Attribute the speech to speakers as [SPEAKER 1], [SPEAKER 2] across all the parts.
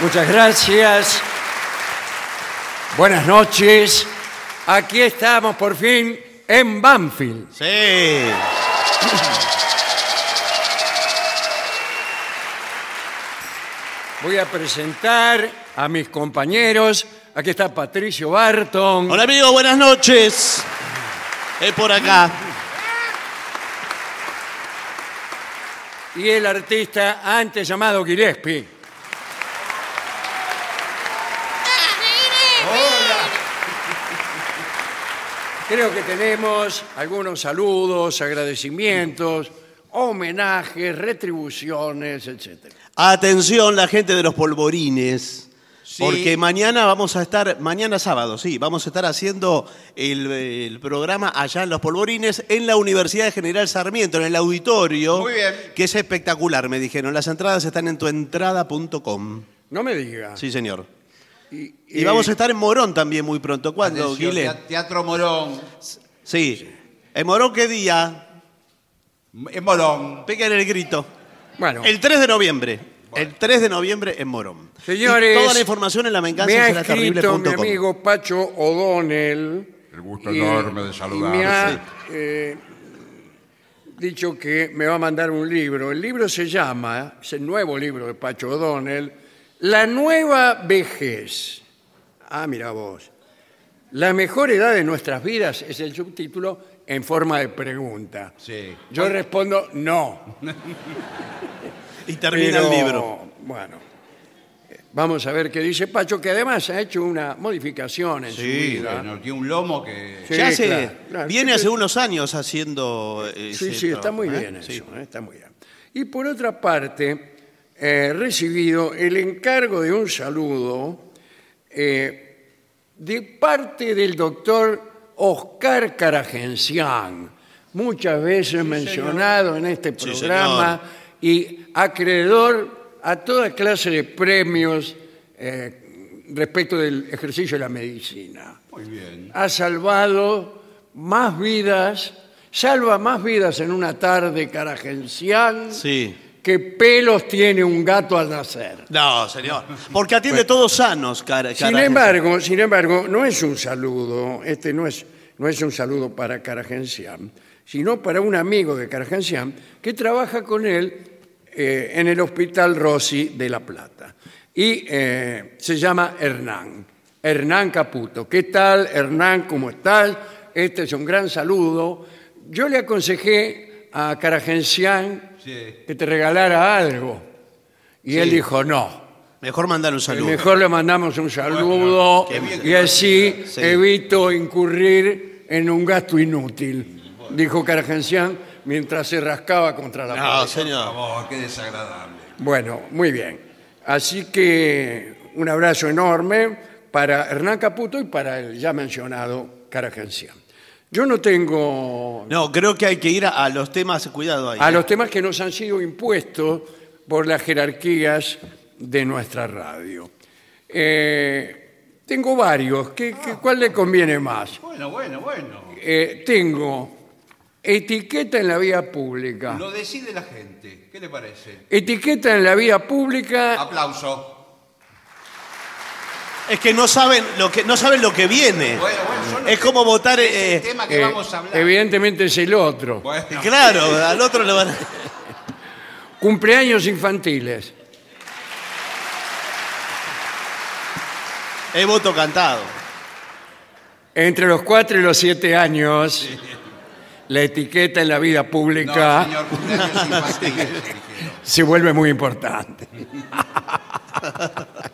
[SPEAKER 1] Muchas gracias. Buenas noches. Aquí estamos por fin en Banfield.
[SPEAKER 2] Sí.
[SPEAKER 1] Voy a presentar a mis compañeros. Aquí está Patricio Barton.
[SPEAKER 2] Hola amigo, buenas noches. Es por acá.
[SPEAKER 1] y el artista antes llamado Gillespie. Creo que tenemos algunos saludos, agradecimientos, homenajes, retribuciones, etc.
[SPEAKER 2] Atención la gente de los polvorines. Porque mañana vamos a estar, mañana sábado, sí, vamos a estar haciendo el, el programa allá en Los Polvorines, en la Universidad General Sarmiento, en el auditorio.
[SPEAKER 3] Muy bien.
[SPEAKER 2] Que es espectacular, me dijeron. Las entradas están en tuentrada.com.
[SPEAKER 1] No me digas.
[SPEAKER 2] Sí, señor.
[SPEAKER 1] Y,
[SPEAKER 2] Y vamos a estar en Morón también muy pronto. ¿Cuándo,
[SPEAKER 3] Eh, Atención,
[SPEAKER 2] Guile?
[SPEAKER 3] tea- Teatro Morón.
[SPEAKER 2] Sí. ¿En Morón qué día?
[SPEAKER 3] Es Morón.
[SPEAKER 2] Peguen el grito.
[SPEAKER 1] Bueno,
[SPEAKER 2] El 3 de noviembre. El 3 de noviembre en Morón.
[SPEAKER 1] Señores,
[SPEAKER 2] Y toda la información en la
[SPEAKER 1] me ha
[SPEAKER 2] venganza
[SPEAKER 1] escrito mi amigo Pacho O'Donnell.
[SPEAKER 4] El gusto enorme de saludarlo.
[SPEAKER 1] y me ha eh, dicho que me va a mandar un libro. El libro se llama, es el nuevo libro de Pacho O'Donnell, La nueva vejez. Ah, mira vos. La mejor edad de nuestras vidas es el subtítulo en forma de pregunta.
[SPEAKER 3] Sí.
[SPEAKER 1] Yo respondo no.
[SPEAKER 2] Y termina el
[SPEAKER 1] Pero,
[SPEAKER 2] libro.
[SPEAKER 1] Bueno, eh, vamos a ver qué dice Pacho, que además ha hecho una modificación en
[SPEAKER 3] Sí,
[SPEAKER 1] su vida.
[SPEAKER 3] bueno, tiene un lomo que.
[SPEAKER 1] Sí,
[SPEAKER 2] Ya hace-
[SPEAKER 1] claro, claro.
[SPEAKER 2] viene
[SPEAKER 1] Sí,
[SPEAKER 2] hace unos años haciendo. eh,
[SPEAKER 1] Sí,
[SPEAKER 2] ese
[SPEAKER 1] sí, está
[SPEAKER 2] trabajo,
[SPEAKER 1] muy
[SPEAKER 2] ¿eh?
[SPEAKER 1] bien
[SPEAKER 2] Sí.
[SPEAKER 1] eso, eh, está muy bien. Y por otra parte, he recibido el encargo de un saludo eh, de parte del doctor Oscar Caragencián, muchas veces mencionado en este
[SPEAKER 2] Sí,
[SPEAKER 1] programa y acreedor a toda clase de premios eh, respecto del ejercicio de la medicina
[SPEAKER 3] Muy bien.
[SPEAKER 1] ha salvado más vidas, salva más vidas en una tarde caragencial
[SPEAKER 2] Sí.
[SPEAKER 1] que pelos tiene un gato al nacer.
[SPEAKER 2] No, señor. Porque atiende todos sanos, cara.
[SPEAKER 1] Sin
[SPEAKER 2] cara-
[SPEAKER 1] embargo, sin embargo, no es un saludo, este no es, no es un saludo para Caragencián, sino para un amigo de Caragencián que trabaja con él eh, en el Hospital Rossi de La Plata. Y eh, se llama Hernán, Hernán Caputo. ¿Qué tal, Hernán? ¿Cómo estás? Este es un gran saludo. Yo le aconsejé a Caragencián
[SPEAKER 3] Sí.
[SPEAKER 1] que te regalara algo. Y él dijo, no.
[SPEAKER 2] Mejor mandar un saludo.
[SPEAKER 1] Mejor le mandamos un saludo y así
[SPEAKER 2] Sí.
[SPEAKER 1] evito incurrir en un gasto inútil, dijo Caragencián mientras se rascaba contra la
[SPEAKER 2] No,
[SPEAKER 1] pared.
[SPEAKER 3] Por
[SPEAKER 2] señor.
[SPEAKER 3] favor, qué desagradable.
[SPEAKER 1] Bueno, muy bien. Así que un abrazo enorme para Hernán Caputo y para el ya mencionado Caragencián. Yo no tengo
[SPEAKER 2] No, creo que hay que ir a, a los temas. Cuidado ahí.
[SPEAKER 1] a los temas que nos han sido impuestos por las jerarquías de nuestra radio. Eh, tengo varios. ¿Qué, qué- cuál le conviene más?
[SPEAKER 3] Bueno, bueno, bueno.
[SPEAKER 1] Eh, tengo etiqueta en la vía pública.
[SPEAKER 3] Lo decide la gente. ¿Qué le parece?
[SPEAKER 1] Etiqueta en la vía pública.
[SPEAKER 3] Aplauso.
[SPEAKER 2] Es que no saben lo que no saben lo que viene.
[SPEAKER 3] Bueno, bueno, son los
[SPEAKER 2] es como votar. eh,
[SPEAKER 3] El tema que
[SPEAKER 1] eh,
[SPEAKER 3] vamos a hablar.
[SPEAKER 1] evidentemente es el otro.
[SPEAKER 3] Bueno,
[SPEAKER 2] Claro, al otro le van. a-
[SPEAKER 1] Cumpleaños infantiles.
[SPEAKER 2] Es voto cantado.
[SPEAKER 1] Entre los 4 y los 7 años, la etiqueta en la vida
[SPEAKER 3] no,
[SPEAKER 1] pública.
[SPEAKER 3] señor, cumpleaños infantiles, dijeron.
[SPEAKER 1] se vuelve muy importante.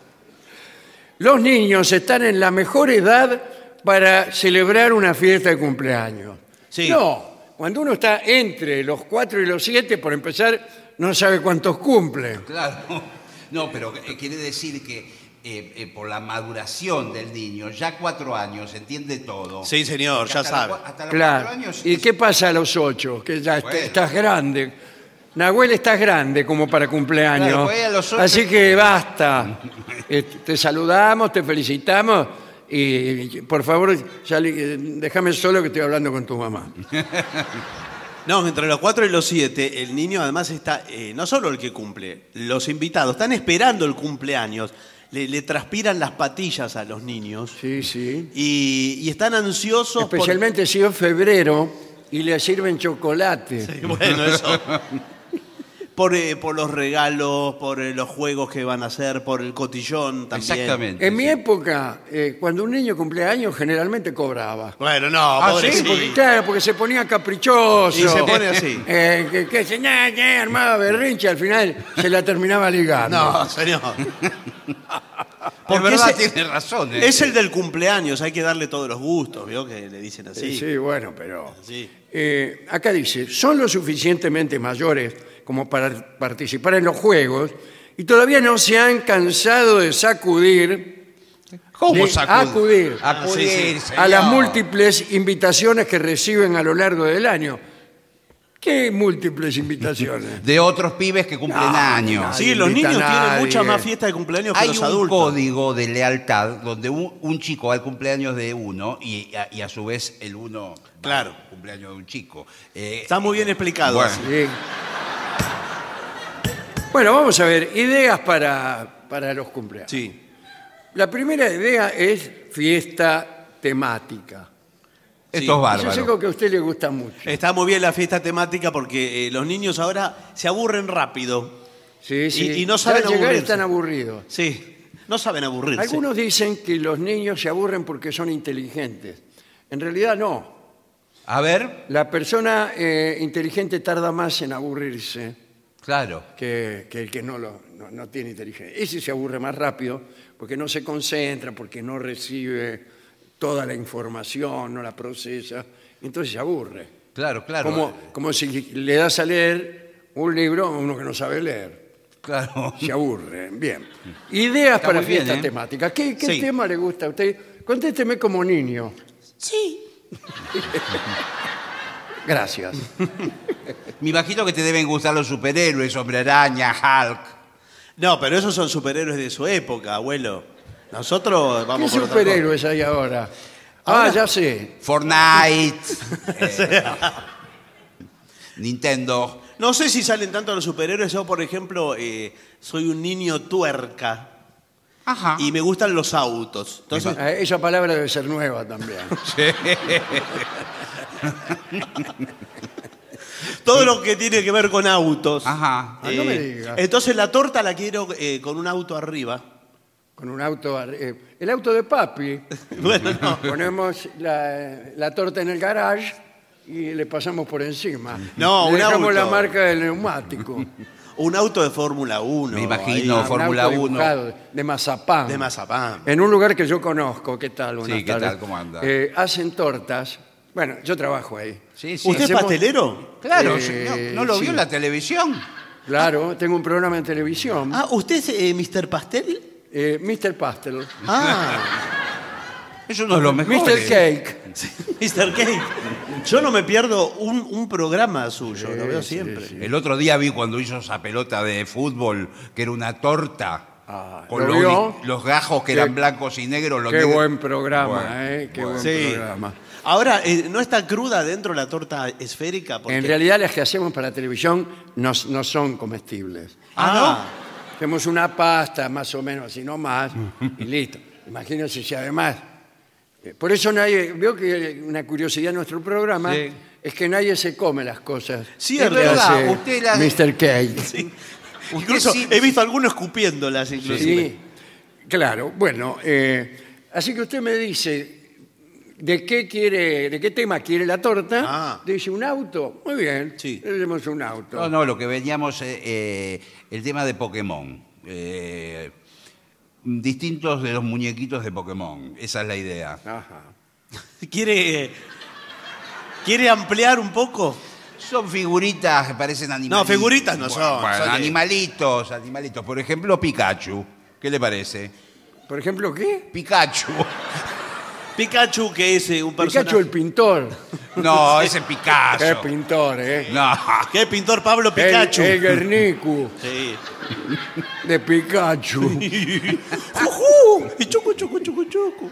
[SPEAKER 1] Los niños están en la mejor edad para celebrar una fiesta de cumpleaños.
[SPEAKER 2] Sí.
[SPEAKER 1] No, cuando uno está entre los 4 y los 7, por empezar, no sabe cuántos cumple.
[SPEAKER 3] Claro. No, pero eh, quiere decir que eh, eh, por la maduración del niño, ya cuatro años entiende todo.
[SPEAKER 2] Sí, señor,
[SPEAKER 3] Porque
[SPEAKER 2] ya
[SPEAKER 3] hasta los
[SPEAKER 2] sabe.
[SPEAKER 3] cua- hasta los cuatro
[SPEAKER 1] Claro.
[SPEAKER 3] años
[SPEAKER 1] ¿Y
[SPEAKER 3] es-
[SPEAKER 1] qué pasa a los ocho? Que ya est-
[SPEAKER 3] Bueno.
[SPEAKER 1] estás grande. Nahuel estás grande como para cumpleaños.
[SPEAKER 3] Claro, voy a los ocho.
[SPEAKER 1] Así que basta. Eh, te saludamos, te felicitamos y y, por favor salí- eh, déjame solo que estoy hablando con tu mamá.
[SPEAKER 2] No, entre los 4 y los 7, el niño además está, eh, no solo el que cumple, los invitados están esperando el cumpleaños, le, le transpiran las patillas a los niños
[SPEAKER 1] Sí, sí.
[SPEAKER 2] y, y están ansiosos. por-
[SPEAKER 1] Especialmente si es febrero y le sirven chocolate.
[SPEAKER 2] Bueno, eso. Por, eh, por los regalos, por eh, los juegos que van a hacer, por el cotillón también.
[SPEAKER 3] Exactamente.
[SPEAKER 1] En mi
[SPEAKER 3] sí.
[SPEAKER 1] época, eh, cuando un niño cumplía años, generalmente cobraba.
[SPEAKER 2] Bueno, no,
[SPEAKER 1] Ah, sí,
[SPEAKER 2] pobrecito.
[SPEAKER 1] porque, claro, porque se ponía caprichoso.
[SPEAKER 2] Y se pone así.
[SPEAKER 1] Eh, que, que se na- na- armaba berrinche, al final se la terminaba ligando.
[SPEAKER 2] No, señor.
[SPEAKER 3] Por
[SPEAKER 2] Porque
[SPEAKER 3] verdad
[SPEAKER 2] ese-
[SPEAKER 3] tiene razón. eh.
[SPEAKER 2] Es el del cumpleaños, hay que darle todos los gustos, ¿vio? Que le dicen
[SPEAKER 1] Sí,
[SPEAKER 2] así.
[SPEAKER 1] sí, bueno, pero...
[SPEAKER 2] Sí.
[SPEAKER 1] Eh, acá dice, son lo suficientemente mayores como para participar en los juegos y todavía no se han cansado de sacudir,
[SPEAKER 4] ¿Cómo
[SPEAKER 1] de
[SPEAKER 4] sacude?
[SPEAKER 1] acudir
[SPEAKER 3] Acudir,
[SPEAKER 2] Ah, sí, sí.
[SPEAKER 1] a las
[SPEAKER 3] señor.
[SPEAKER 1] múltiples invitaciones que reciben a lo largo del año. ¿Qué múltiples invitaciones?
[SPEAKER 3] De otros pibes que cumplen
[SPEAKER 1] No,
[SPEAKER 3] años.
[SPEAKER 1] no,
[SPEAKER 2] Sí, los
[SPEAKER 1] invita
[SPEAKER 2] niños
[SPEAKER 1] a nadie.
[SPEAKER 2] tienen muchas más fiestas de cumpleaños que
[SPEAKER 3] Hay
[SPEAKER 2] los
[SPEAKER 3] un
[SPEAKER 2] adultos.
[SPEAKER 3] código de lealtad donde un, un chico va al cumpleaños de uno y a, y a su vez el uno va
[SPEAKER 2] Claro.
[SPEAKER 3] al cumpleaños de un chico. Eh,
[SPEAKER 2] Está muy bien explicado. ¿eh?
[SPEAKER 3] Bueno.
[SPEAKER 2] así.
[SPEAKER 1] Sí. Bueno, vamos a ver, ideas para, para los cumpleaños.
[SPEAKER 2] Sí.
[SPEAKER 1] La primera idea es fiesta temática.
[SPEAKER 3] esto es
[SPEAKER 1] Eso es
[SPEAKER 3] bárbaro.
[SPEAKER 1] algo que a usted le gusta mucho.
[SPEAKER 2] Está muy bien la fiesta temática porque eh, los niños ahora se aburren rápido.
[SPEAKER 1] Sí, sí.
[SPEAKER 2] y no saben
[SPEAKER 1] Ya al llegar
[SPEAKER 2] aburrirse.
[SPEAKER 1] están aburridos.
[SPEAKER 2] Sí, no saben aburrirse.
[SPEAKER 1] Algunos dicen que los niños se aburren porque son inteligentes. En realidad no.
[SPEAKER 3] A ver,
[SPEAKER 1] La persona eh, inteligente tarda más en aburrirse
[SPEAKER 3] claro.
[SPEAKER 1] que, que el que no, lo, no, no tiene inteligencia. Ese se aburre más rápido porque no se concentra, porque no recibe toda la información, no la procesa, entonces se aburre.
[SPEAKER 3] Claro, claro. eh.
[SPEAKER 1] Como, como si le das a leer un libro a uno que no sabe leer.
[SPEAKER 3] Claro.
[SPEAKER 1] Se aburre. Bien. Ideas
[SPEAKER 3] Está
[SPEAKER 1] para
[SPEAKER 3] muy bien,
[SPEAKER 1] fiestas
[SPEAKER 3] ¿eh?
[SPEAKER 1] temáticas. ¿Qué, qué
[SPEAKER 2] Sí.
[SPEAKER 1] tema le gusta a usted? Contésteme como niño. Sí. Gracias.
[SPEAKER 3] Me imagino que te deben gustar los superhéroes, hombre araña, Hulk.
[SPEAKER 2] No, pero esos son superhéroes de su época, abuelo. Nosotros
[SPEAKER 1] ¿Qué
[SPEAKER 2] vamos por otra
[SPEAKER 1] superhéroes hay ahora? Ah, ya sé.
[SPEAKER 3] Fortnite. eh,
[SPEAKER 2] cosa.
[SPEAKER 3] Nintendo.
[SPEAKER 2] No sé si salen tanto los superhéroes. Yo, por ejemplo, eh, soy un niño tuerca
[SPEAKER 3] Ajá.
[SPEAKER 2] y me gustan los autos. Entonces,
[SPEAKER 1] Ah, Esa palabra debe ser nueva también.
[SPEAKER 2] todo lo que tiene que ver con autos. Eh,
[SPEAKER 3] Ajá.
[SPEAKER 1] Ah, no me diga.
[SPEAKER 2] Entonces, la torta la quiero eh, con un auto arriba.
[SPEAKER 1] Con un auto. ar- eh, el auto de papi.
[SPEAKER 2] Bueno, no.
[SPEAKER 1] Ponemos la, la torta en el garage y le pasamos por encima.
[SPEAKER 2] No,
[SPEAKER 1] le
[SPEAKER 2] un
[SPEAKER 1] dejamos
[SPEAKER 2] auto.
[SPEAKER 1] la marca del neumático.
[SPEAKER 2] Un auto de Fórmula 1.
[SPEAKER 3] Me
[SPEAKER 1] Ah,
[SPEAKER 3] imagino.
[SPEAKER 2] ahí,
[SPEAKER 1] un
[SPEAKER 3] Fórmula
[SPEAKER 1] auto
[SPEAKER 3] Uno.
[SPEAKER 1] dibujado De mazapán.
[SPEAKER 2] De mazapán.
[SPEAKER 1] En un lugar que yo conozco, ¿qué tal? Buenas
[SPEAKER 3] Sí, ¿qué
[SPEAKER 1] tardes.
[SPEAKER 3] tal? ¿Cómo anda?
[SPEAKER 1] Eh, hacen tortas. Bueno, yo trabajo ahí.
[SPEAKER 3] Sí, sí.
[SPEAKER 2] ¿Usted es
[SPEAKER 1] Hacemos-
[SPEAKER 2] pastelero?
[SPEAKER 3] Claro,
[SPEAKER 1] Eh,
[SPEAKER 3] señor. ¿No lo
[SPEAKER 1] sí.
[SPEAKER 3] vio en la televisión?
[SPEAKER 1] Claro, tengo un programa en televisión.
[SPEAKER 2] Ah, ¿usted es eh, Mr. Pastel?
[SPEAKER 1] Eh, Mr. Pastel.
[SPEAKER 2] Ah,
[SPEAKER 3] Es uno de los
[SPEAKER 1] Mr.
[SPEAKER 3] mejores.
[SPEAKER 1] Cake.
[SPEAKER 2] Mr. Cake. Yo no me pierdo un, un programa suyo, lo veo siempre.
[SPEAKER 3] El otro día vi cuando hizo esa pelota de fútbol, que era una torta,
[SPEAKER 1] Ah,
[SPEAKER 3] con
[SPEAKER 1] ¿lo
[SPEAKER 3] los,
[SPEAKER 1] vio?
[SPEAKER 3] li- los gajos que
[SPEAKER 1] Qué-
[SPEAKER 3] eran blancos y negros. los
[SPEAKER 1] Qué
[SPEAKER 3] negros-
[SPEAKER 1] buen programa,
[SPEAKER 3] Bueno,
[SPEAKER 1] ¿eh? Qué buen
[SPEAKER 2] Sí.
[SPEAKER 1] programa.
[SPEAKER 2] Ahora, eh, ¿no está cruda dentro la torta esférica? Porque-
[SPEAKER 1] En realidad las que hacemos para televisión no, no son comestibles.
[SPEAKER 2] Ah,
[SPEAKER 1] Hacemos una pasta, más o menos, así no más, y listo. Imagínense si además. eh, Por eso nadie. Veo que una curiosidad en nuestro programa
[SPEAKER 3] Sí.
[SPEAKER 1] es que nadie se come las cosas.
[SPEAKER 2] Sí,
[SPEAKER 1] que
[SPEAKER 2] es verdad,
[SPEAKER 1] hace
[SPEAKER 3] usted las-
[SPEAKER 1] Mr. Cake.
[SPEAKER 2] no. Incluso
[SPEAKER 3] sí-
[SPEAKER 2] he visto algunos escupiéndolas,
[SPEAKER 1] Sí,
[SPEAKER 2] inclusive.
[SPEAKER 1] Claro, bueno. eh, así que usted me dice. ¿De qué quiere, de qué tema quiere la torta?
[SPEAKER 2] Ah.
[SPEAKER 1] Dice un auto. Muy bien.
[SPEAKER 2] Sí. Ah,
[SPEAKER 1] Le demos un auto.
[SPEAKER 3] No, no, lo que veníamos, eh, eh, el tema de Pokémon. eh, distintos de los muñequitos de Pokémon. Esa es la idea.
[SPEAKER 1] Ajá.
[SPEAKER 2] ¿Quiere, ¿Quiere ampliar un poco?
[SPEAKER 3] Son figuritas que parecen animalitos.
[SPEAKER 2] figuritas no son,
[SPEAKER 3] Bueno,
[SPEAKER 2] son de-
[SPEAKER 3] animalitos, animalitos. Por ejemplo, Pikachu. ¿Qué le parece?
[SPEAKER 1] Por ejemplo, ¿qué?
[SPEAKER 3] Pikachu.
[SPEAKER 2] Pikachu, que es eh, un personaje.
[SPEAKER 1] Pikachu el pintor.
[SPEAKER 3] No, ese Picasso.
[SPEAKER 1] Qué pintor, ¿eh?
[SPEAKER 3] No.
[SPEAKER 2] ¿Qué pintor Pablo
[SPEAKER 1] El-
[SPEAKER 2] Pikachu?
[SPEAKER 1] El, Guernicu
[SPEAKER 2] Sí.
[SPEAKER 1] de Pikachu.
[SPEAKER 2] ¡Jujú! Y chucu, chucu, chucu, chucu.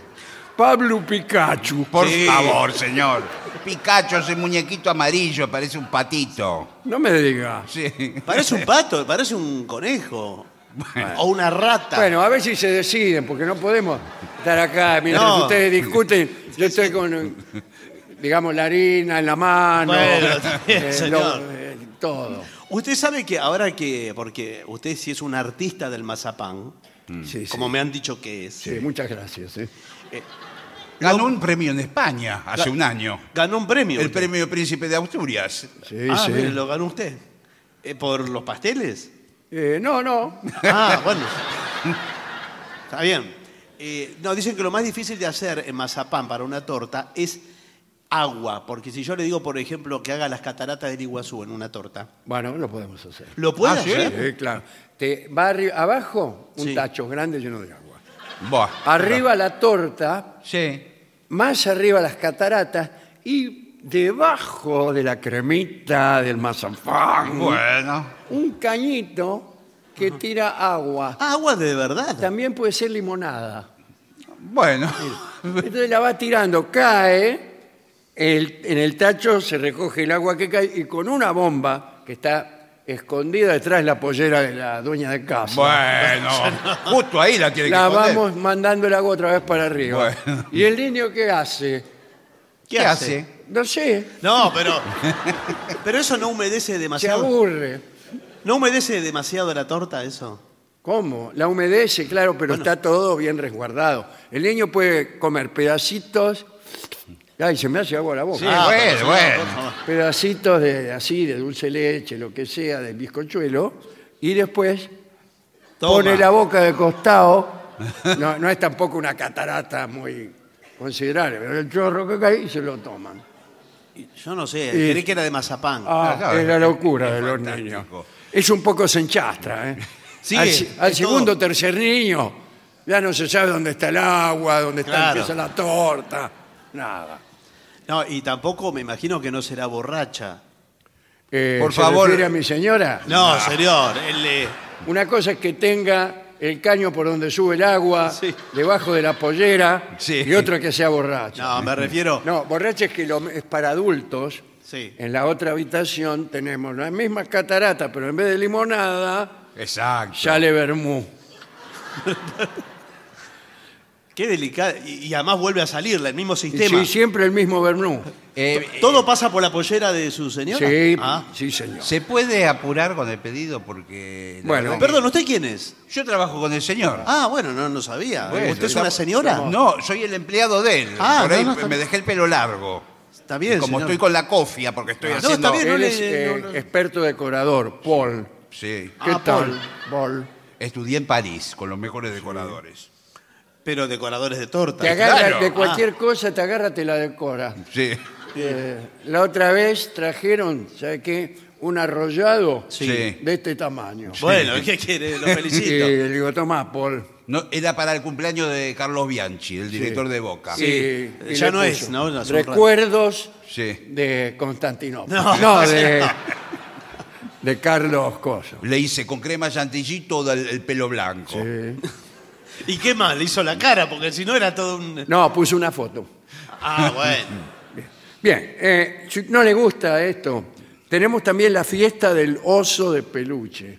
[SPEAKER 1] Pablo Pikachu.
[SPEAKER 3] Por
[SPEAKER 2] Sí.
[SPEAKER 3] favor, señor. Pikachu, ese muñequito amarillo, parece un patito.
[SPEAKER 1] No me diga.
[SPEAKER 3] Sí.
[SPEAKER 2] Parece un pato, parece un conejo. O una rata.
[SPEAKER 1] Bueno, a ver si se deciden, porque no podemos estar acá mientras
[SPEAKER 2] No.
[SPEAKER 1] ustedes discuten. Yo estoy con, digamos, la harina en la mano.
[SPEAKER 2] Bueno, está bien,
[SPEAKER 1] eh,
[SPEAKER 2] señor.
[SPEAKER 1] eh, todo.
[SPEAKER 2] Usted sabe que ahora que, porque usted sí es un artista del mazapán,
[SPEAKER 1] Sí, Mm. sí.
[SPEAKER 2] Mm. como me han dicho que es,
[SPEAKER 1] Sí, muchas gracias. eh.
[SPEAKER 3] Ganó un premio en España hace un año.
[SPEAKER 2] ganó un premio.
[SPEAKER 3] El
[SPEAKER 2] usted.
[SPEAKER 3] premio Príncipe de Asturias.
[SPEAKER 1] Sí,
[SPEAKER 2] ah,
[SPEAKER 1] sí.
[SPEAKER 2] mire, lo ganó usted. Eh, ¿Por los pasteles?
[SPEAKER 1] Eh, no, no.
[SPEAKER 2] Ah, bueno. Está bien. Eh, no, dicen que lo más difícil de hacer en mazapán para una torta es agua, porque si yo le digo, por ejemplo, que haga las cataratas del Iguazú en una torta,
[SPEAKER 1] Bueno, lo podemos hacer.
[SPEAKER 2] ¿lo puede
[SPEAKER 3] Ah, ¿sí?
[SPEAKER 2] hacer?
[SPEAKER 1] Sí, claro. Te va arri- abajo un
[SPEAKER 2] Sí.
[SPEAKER 1] tacho grande lleno de agua.
[SPEAKER 3] Buah.
[SPEAKER 1] Arriba la torta,
[SPEAKER 3] Sí.
[SPEAKER 1] más arriba las cataratas y debajo de la cremita del mazapán.
[SPEAKER 3] Bueno.
[SPEAKER 1] un cañito que tira agua.
[SPEAKER 2] Ah, agua de verdad.
[SPEAKER 1] También puede ser limonada.
[SPEAKER 3] Bueno.
[SPEAKER 1] Entonces la va tirando, cae, el- en el tacho se recoge el agua que cae y con una bomba que está escondida detrás de la pollera de la dueña de casa.
[SPEAKER 3] Bueno. Justo ahí la tiene que
[SPEAKER 1] La
[SPEAKER 3] poner.
[SPEAKER 1] vamos mandando el agua otra vez para arriba.
[SPEAKER 3] Bueno.
[SPEAKER 1] ¿Y el niño qué hace?
[SPEAKER 3] ¿Qué hace?
[SPEAKER 1] No sé,
[SPEAKER 2] No, pero. Pero eso no humedece
[SPEAKER 1] se
[SPEAKER 2] demasiado.
[SPEAKER 1] aburre.
[SPEAKER 2] ¿No humedece demasiado la torta, eso?
[SPEAKER 1] ¿Cómo? La humedece, claro, pero está todo bien resguardado. El niño puede comer pedacitos. Ay, se me hace agua la boca. Ah,
[SPEAKER 3] Sí,
[SPEAKER 2] pero
[SPEAKER 3] bueno,
[SPEAKER 2] Ah, no,
[SPEAKER 3] bueno.
[SPEAKER 2] por favor.
[SPEAKER 1] pedacitos de así, de dulce de leche, lo que sea, del bizcochuelo, y después
[SPEAKER 2] Toma.
[SPEAKER 1] pone la boca de costado. No, no es tampoco una catarata muy considerable, pero el chorro que cae y se lo toman.
[SPEAKER 2] Yo no sé,
[SPEAKER 1] Y-
[SPEAKER 2] creí que era de mazapán.
[SPEAKER 1] Ah,
[SPEAKER 3] claro,
[SPEAKER 1] es la
[SPEAKER 3] es-
[SPEAKER 1] locura
[SPEAKER 3] es
[SPEAKER 1] de los
[SPEAKER 3] fantástico.
[SPEAKER 1] niños. Es un poco se enchastra, ¿eh?
[SPEAKER 2] Sí,
[SPEAKER 1] al
[SPEAKER 2] es-
[SPEAKER 1] se- al
[SPEAKER 2] es
[SPEAKER 1] segundo o
[SPEAKER 2] todo.
[SPEAKER 1] tercer niño ya no se sabe dónde está el agua, dónde está
[SPEAKER 2] Claro.
[SPEAKER 1] empieza la torta, nada.
[SPEAKER 2] No, y tampoco me imagino que no será borracha.
[SPEAKER 1] Eh,
[SPEAKER 3] Por
[SPEAKER 1] ¿se
[SPEAKER 3] favor.
[SPEAKER 1] refiere a mi señora?
[SPEAKER 2] No, señor. él, eh,
[SPEAKER 1] Una cosa es que tenga el caño por donde sube el agua,
[SPEAKER 2] Sí.
[SPEAKER 1] debajo de la pollera,
[SPEAKER 3] Sí.
[SPEAKER 1] y otra que sea borracha.
[SPEAKER 2] no, me refiero.
[SPEAKER 1] No, borracha es que lo- es para adultos.
[SPEAKER 2] Sí.
[SPEAKER 1] En la otra habitación tenemos la misma catarata, pero en vez de limonada,
[SPEAKER 3] Exacto.
[SPEAKER 1] sale vermú.
[SPEAKER 2] Qué delicado. Y, y además vuelve a salir el mismo
[SPEAKER 1] Y
[SPEAKER 2] sistema.
[SPEAKER 1] sí, siempre el mismo vermú.
[SPEAKER 3] Eh, eh,
[SPEAKER 2] ¿Todo pasa por la pollera de su señora?
[SPEAKER 1] Sí,
[SPEAKER 2] Ah.
[SPEAKER 1] sí, señor.
[SPEAKER 3] ¿Se puede apurar con el pedido? Porque. la
[SPEAKER 1] Bueno,
[SPEAKER 3] verdad que-
[SPEAKER 2] Perdón, ¿usted quién es?
[SPEAKER 3] Yo trabajo con el señor.
[SPEAKER 2] Ah, bueno, no, no sabía.
[SPEAKER 3] Bueno,
[SPEAKER 2] ¿Usted es
[SPEAKER 3] estamos-
[SPEAKER 2] una señora?
[SPEAKER 3] No, soy el empleado de él.
[SPEAKER 2] Ah,
[SPEAKER 3] Por
[SPEAKER 2] no,
[SPEAKER 3] ahí
[SPEAKER 2] no, está
[SPEAKER 3] me
[SPEAKER 2] bien.
[SPEAKER 3] dejé el pelo largo.
[SPEAKER 2] Está bien,
[SPEAKER 3] Y como
[SPEAKER 2] señor.
[SPEAKER 3] estoy con la cofia, porque estoy
[SPEAKER 2] Ah, no,
[SPEAKER 3] haciendo.
[SPEAKER 2] está bien.
[SPEAKER 1] Él
[SPEAKER 2] le-
[SPEAKER 1] es eh,
[SPEAKER 2] no, no.
[SPEAKER 1] experto decorador, Paul.
[SPEAKER 3] Sí.
[SPEAKER 1] ¿Qué
[SPEAKER 2] Ah,
[SPEAKER 1] tal? Paul.
[SPEAKER 3] Estudié en París con los mejores decoradores.
[SPEAKER 2] Pero decoradores de torta.
[SPEAKER 1] Te agarra
[SPEAKER 3] claro.
[SPEAKER 2] Ah.
[SPEAKER 1] de cualquier cosa, te agarra, te la decora.
[SPEAKER 3] Sí.
[SPEAKER 1] Eh, la otra vez trajeron, ¿sabe qué? Un arrollado
[SPEAKER 3] Sí.
[SPEAKER 1] de este tamaño.
[SPEAKER 2] Bueno, ¿qué quiere? Lo
[SPEAKER 1] Y
[SPEAKER 2] felicito.
[SPEAKER 1] le digo, tomá, Paul.
[SPEAKER 3] No, era para el cumpleaños de Carlos Bianchi, el director de Boca.
[SPEAKER 1] Y-
[SPEAKER 2] Sí,
[SPEAKER 1] y
[SPEAKER 2] ya
[SPEAKER 1] le
[SPEAKER 2] no es, ¿no? No, hace un rato.
[SPEAKER 1] Recuerdos
[SPEAKER 3] Sí.
[SPEAKER 1] de Constantinopla.
[SPEAKER 2] No,
[SPEAKER 1] No, de, de Carlos Coso.
[SPEAKER 3] Le hice con crema chantilly todo el, el pelo blanco.
[SPEAKER 2] ¿Y qué más? Le hizo la cara, porque si no era todo un.
[SPEAKER 1] No, puse una foto.
[SPEAKER 2] Ah, bueno.
[SPEAKER 1] Bien, eh, si no le gusta esto, tenemos también la fiesta del oso de peluche.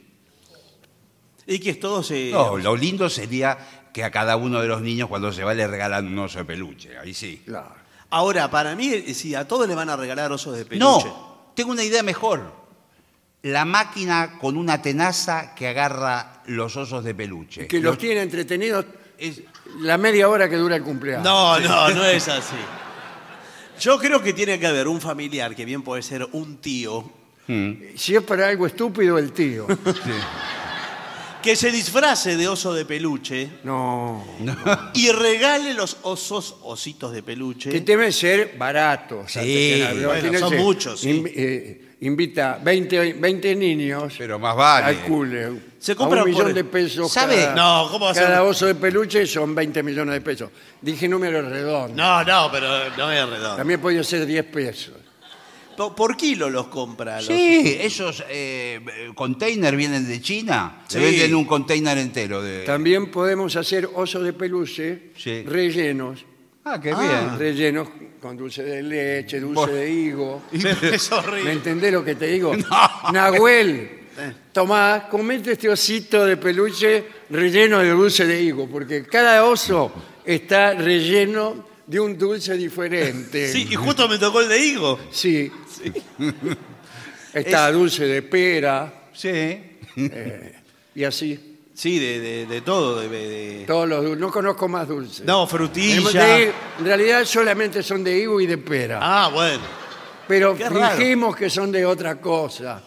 [SPEAKER 2] Y que eh, es todo se.
[SPEAKER 3] No, lo lindo sería que a cada uno de los niños cuando se va le regalan un oso de peluche. Ahí sí.
[SPEAKER 1] Claro.
[SPEAKER 2] Ahora, para mí, si a todos le van a regalar osos de peluche.
[SPEAKER 3] No, tengo una idea mejor. La máquina con una tenaza que agarra los osos de peluche.
[SPEAKER 2] eh,
[SPEAKER 1] Que los tiene entretenidos
[SPEAKER 3] Es-
[SPEAKER 1] la media hora que dura el cumpleaños.
[SPEAKER 2] No, no, no es así. Yo creo que tiene que haber un familiar, que bien puede ser un tío,
[SPEAKER 1] Si es para algo estúpido, el tío.
[SPEAKER 2] que se disfrace de oso de peluche
[SPEAKER 1] No.
[SPEAKER 2] y regale los osos, ositos de peluche.
[SPEAKER 1] Que deben ser baratos.
[SPEAKER 3] Sí,
[SPEAKER 1] artesanales.
[SPEAKER 3] bueno,
[SPEAKER 1] Imagínense,
[SPEAKER 2] son muchos, sí.
[SPEAKER 1] invi- eh, invita 20, 20 niños
[SPEAKER 4] Pero más vale.
[SPEAKER 1] al cule.
[SPEAKER 2] Se
[SPEAKER 1] a
[SPEAKER 2] compran
[SPEAKER 1] un millón
[SPEAKER 2] por-
[SPEAKER 1] de pesos.
[SPEAKER 2] ¿Sabe?
[SPEAKER 1] Cada,
[SPEAKER 2] No, ¿cómo va a ser?
[SPEAKER 1] Cada oso de peluche son 20 millones de pesos. Dije números redondos.
[SPEAKER 2] No, no, pero no es redondo.
[SPEAKER 1] También podía ser 10 pesos.
[SPEAKER 2] Po- Por kilo los compra. los-
[SPEAKER 3] Sí, esos eh, containers vienen de China. Se
[SPEAKER 2] Sí.
[SPEAKER 3] venden un container entero de.
[SPEAKER 1] También podemos hacer osos de peluche
[SPEAKER 3] Sí.
[SPEAKER 1] rellenos.
[SPEAKER 3] Ah, qué bien.
[SPEAKER 1] Rellenos con dulce de leche, dulce
[SPEAKER 3] Bueno.
[SPEAKER 1] de higo.
[SPEAKER 2] Pero es
[SPEAKER 1] ¿Me
[SPEAKER 2] horrible.
[SPEAKER 1] entendés lo que te digo? Nahuel, tomá, comete este osito de peluche relleno de dulce de higo, porque cada oso está relleno de un dulce diferente.
[SPEAKER 2] Sí, y justo me tocó el de higo.
[SPEAKER 1] Sí. Está dulce de pera
[SPEAKER 3] Sí.
[SPEAKER 1] y así.
[SPEAKER 2] Sí, de, de- de todo. de- de-
[SPEAKER 1] Todos los dul- No conozco más dulces.
[SPEAKER 2] No,
[SPEAKER 1] Tenemos de higo-
[SPEAKER 2] frutilla.
[SPEAKER 1] en realidad solamente son de higo y de pera.
[SPEAKER 2] Ah, bueno.
[SPEAKER 1] pero
[SPEAKER 2] qué raro.
[SPEAKER 1] fingimos que son de otra cosa.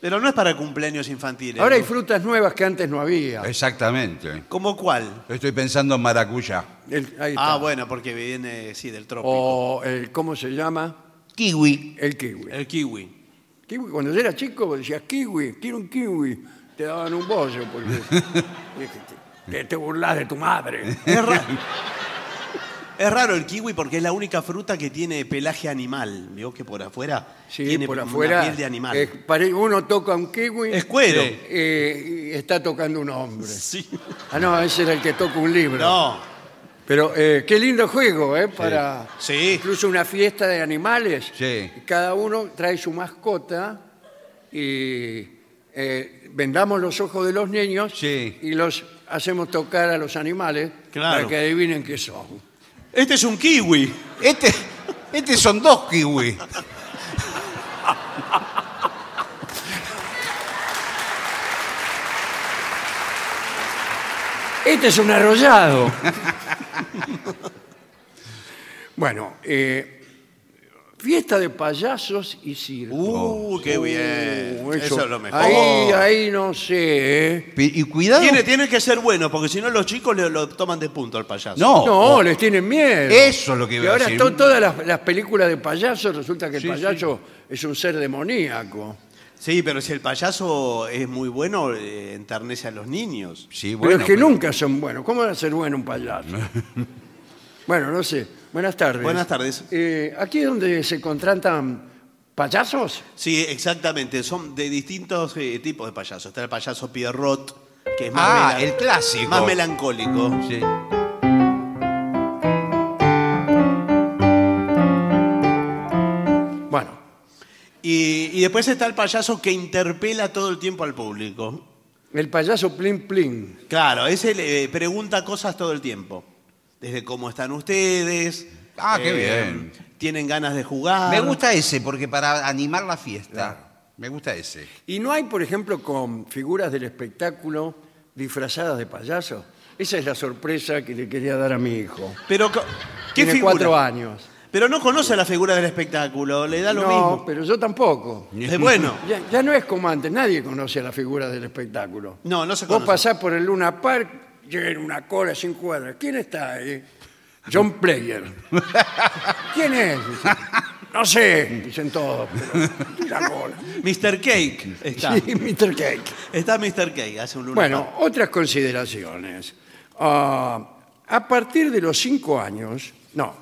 [SPEAKER 2] Pero no es para cumpleaños infantiles.
[SPEAKER 1] Ahora hay
[SPEAKER 2] ¿no?
[SPEAKER 1] frutas nuevas que antes no había.
[SPEAKER 4] Exactamente.
[SPEAKER 2] ¿Cómo cuál?
[SPEAKER 4] Estoy pensando en maracuyá.
[SPEAKER 1] El- ahí está. Oh.
[SPEAKER 2] Ah, bueno, porque viene, sí, del trópico.
[SPEAKER 1] O el, ¿cómo se llama?
[SPEAKER 3] Kiwi.
[SPEAKER 1] El kiwi.
[SPEAKER 2] El kiwi.
[SPEAKER 1] Kiwi, Cuando yo era chico vos decías kiwi, quiero un kiwi. Te daban un bollo porque que te burlas de tu madre.
[SPEAKER 2] Es raro. Es raro el kiwi porque es la única fruta que tiene pelaje animal. Vio que por afuera
[SPEAKER 1] Sí,
[SPEAKER 2] tiene
[SPEAKER 1] por
[SPEAKER 2] una
[SPEAKER 1] afuera.
[SPEAKER 2] piel de animal.
[SPEAKER 1] es pare- uno toca un kiwi.
[SPEAKER 2] Es cuero.
[SPEAKER 1] eh, y está tocando un hombre.
[SPEAKER 2] Sí.
[SPEAKER 1] Ah, no, ese era el que toca un libro.
[SPEAKER 2] No.
[SPEAKER 1] Pero eh, qué lindo juego, ¿eh? Para
[SPEAKER 2] Sí.
[SPEAKER 1] incluso una fiesta de animales.
[SPEAKER 4] Sí.
[SPEAKER 1] Y Cada uno trae su mascota y eh, vendamos los ojos de los niños
[SPEAKER 4] Sí.
[SPEAKER 1] y los hacemos tocar a los animales
[SPEAKER 2] Claro.
[SPEAKER 1] para que adivinen qué son.
[SPEAKER 2] Este es un kiwi.
[SPEAKER 3] Este, este son dos kiwi.
[SPEAKER 1] Este es un arrollado. bueno, eh, fiesta de payasos y circo.
[SPEAKER 2] Uh, qué bien.
[SPEAKER 1] Uh,
[SPEAKER 2] eso, es lo mejor.
[SPEAKER 1] Oh. Ahí, ahí no sé. ¿eh?
[SPEAKER 3] Pi- Y cuidado.
[SPEAKER 2] Tiene, tiene que ser bueno, porque si no los chicos le- lo toman de punto al payaso.
[SPEAKER 3] No.
[SPEAKER 1] No,
[SPEAKER 2] oh.
[SPEAKER 1] les tienen miedo.
[SPEAKER 3] Eso es lo que iba
[SPEAKER 1] Y
[SPEAKER 3] a
[SPEAKER 1] ahora
[SPEAKER 3] decir.
[SPEAKER 1] to- todas las, las películas de payasos, resulta que el payaso es un ser demoníaco.
[SPEAKER 2] Sí, pero si el payaso es muy bueno, eh, enternece a los niños.
[SPEAKER 3] Sí,
[SPEAKER 1] pero
[SPEAKER 3] bueno.
[SPEAKER 1] es que
[SPEAKER 3] pero-
[SPEAKER 1] nunca son buenos. ¿Cómo va a ser bueno un payaso? bueno, no sé. Buenas tardes.
[SPEAKER 2] Buenas tardes.
[SPEAKER 1] Eh, ¿Aquí es donde se contratan payasos?
[SPEAKER 2] Sí, exactamente. Son de distintos eh, tipos de payasos. Está el payaso Pierrot, que es más,
[SPEAKER 3] Ah,
[SPEAKER 2] melan-
[SPEAKER 3] el clásico.
[SPEAKER 2] más melancólico.
[SPEAKER 3] Sí.
[SPEAKER 1] Bueno,
[SPEAKER 2] Y, y después está el payaso que interpela todo el tiempo al público.
[SPEAKER 1] el payaso Plin Plin.
[SPEAKER 2] Claro, ese le eh, pregunta cosas todo el tiempo. Desde cómo están ustedes. eh,
[SPEAKER 3] Ah, qué bien.
[SPEAKER 2] ¿Tienen ganas de jugar?
[SPEAKER 3] Me gusta ese, porque para animar la fiesta. Me gusta ese.
[SPEAKER 1] ¿Y no hay, por ejemplo, con figuras del espectáculo disfrazadas de payasos? Esa es la sorpresa que le quería dar a mi hijo.
[SPEAKER 2] Pero, co- ¿qué
[SPEAKER 1] Tiene
[SPEAKER 2] figura?
[SPEAKER 1] cuatro años.
[SPEAKER 2] Pero no conoce la figura del espectáculo, le da lo
[SPEAKER 1] no,
[SPEAKER 2] mismo.
[SPEAKER 1] pero yo tampoco.
[SPEAKER 2] Es bueno.
[SPEAKER 1] Ya, ya no es como antes, nadie conoce la figura del espectáculo.
[SPEAKER 2] No, no se
[SPEAKER 1] Vos
[SPEAKER 2] conoce.
[SPEAKER 1] pasás por el Luna Park, llega en una cola sin cuadras. ¿Quién está ahí? John Player. ¿Quién es? No sé, dicen todos, pero la cola.
[SPEAKER 2] Mr. Cake está.
[SPEAKER 1] Sí, Mr. Cake.
[SPEAKER 2] Está Mr. Cake, hace un lunes.
[SPEAKER 1] Bueno, otras consideraciones. Ah, a partir de los cinco años, no,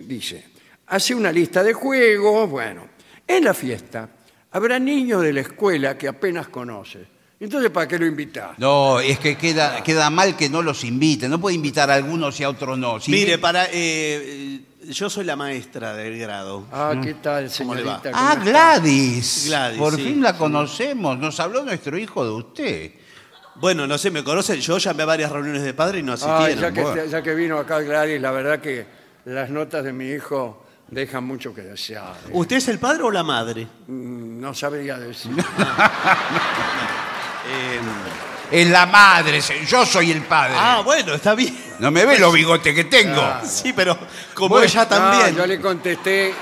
[SPEAKER 1] dice, hace una lista de juegos, bueno, en la fiesta habrá niños de la escuela que apenas conoces. Entonces, ¿para qué lo invitás?
[SPEAKER 3] No, es que queda, queda mal que no los invite. No puede invitar a algunos y a otros no. Si-
[SPEAKER 2] Mire, para, eh, eh, yo soy la maestra del grado.
[SPEAKER 1] Ah, ¿qué tal,
[SPEAKER 2] ¿Cómo le va?
[SPEAKER 1] señorita? ¿Cómo
[SPEAKER 3] Ah,
[SPEAKER 1] está?
[SPEAKER 3] Gladys.
[SPEAKER 2] Gladys,
[SPEAKER 3] Por
[SPEAKER 2] sí.
[SPEAKER 3] fin la conocemos. Nos habló nuestro hijo de usted.
[SPEAKER 2] Bueno, no sé, me conocen. Yo llamé a varias reuniones de padre y no
[SPEAKER 1] Ah,
[SPEAKER 2] asistieron.
[SPEAKER 1] ya, que,
[SPEAKER 2] Bueno.
[SPEAKER 1] ya que vino acá Gladys, la verdad que las notas de mi hijo dejan mucho que desear. ¿eh?
[SPEAKER 2] ¿Usted es el padre o la madre?
[SPEAKER 1] Mm, No sabría decir.
[SPEAKER 2] Eh,
[SPEAKER 3] Es la madre. se- Yo soy el padre.
[SPEAKER 2] ah, bueno, ah, está bien.
[SPEAKER 3] no me ve los bigotes que tengo.
[SPEAKER 2] Sí, pero como
[SPEAKER 3] Bueno,
[SPEAKER 2] ella también.
[SPEAKER 1] No, yo le contesté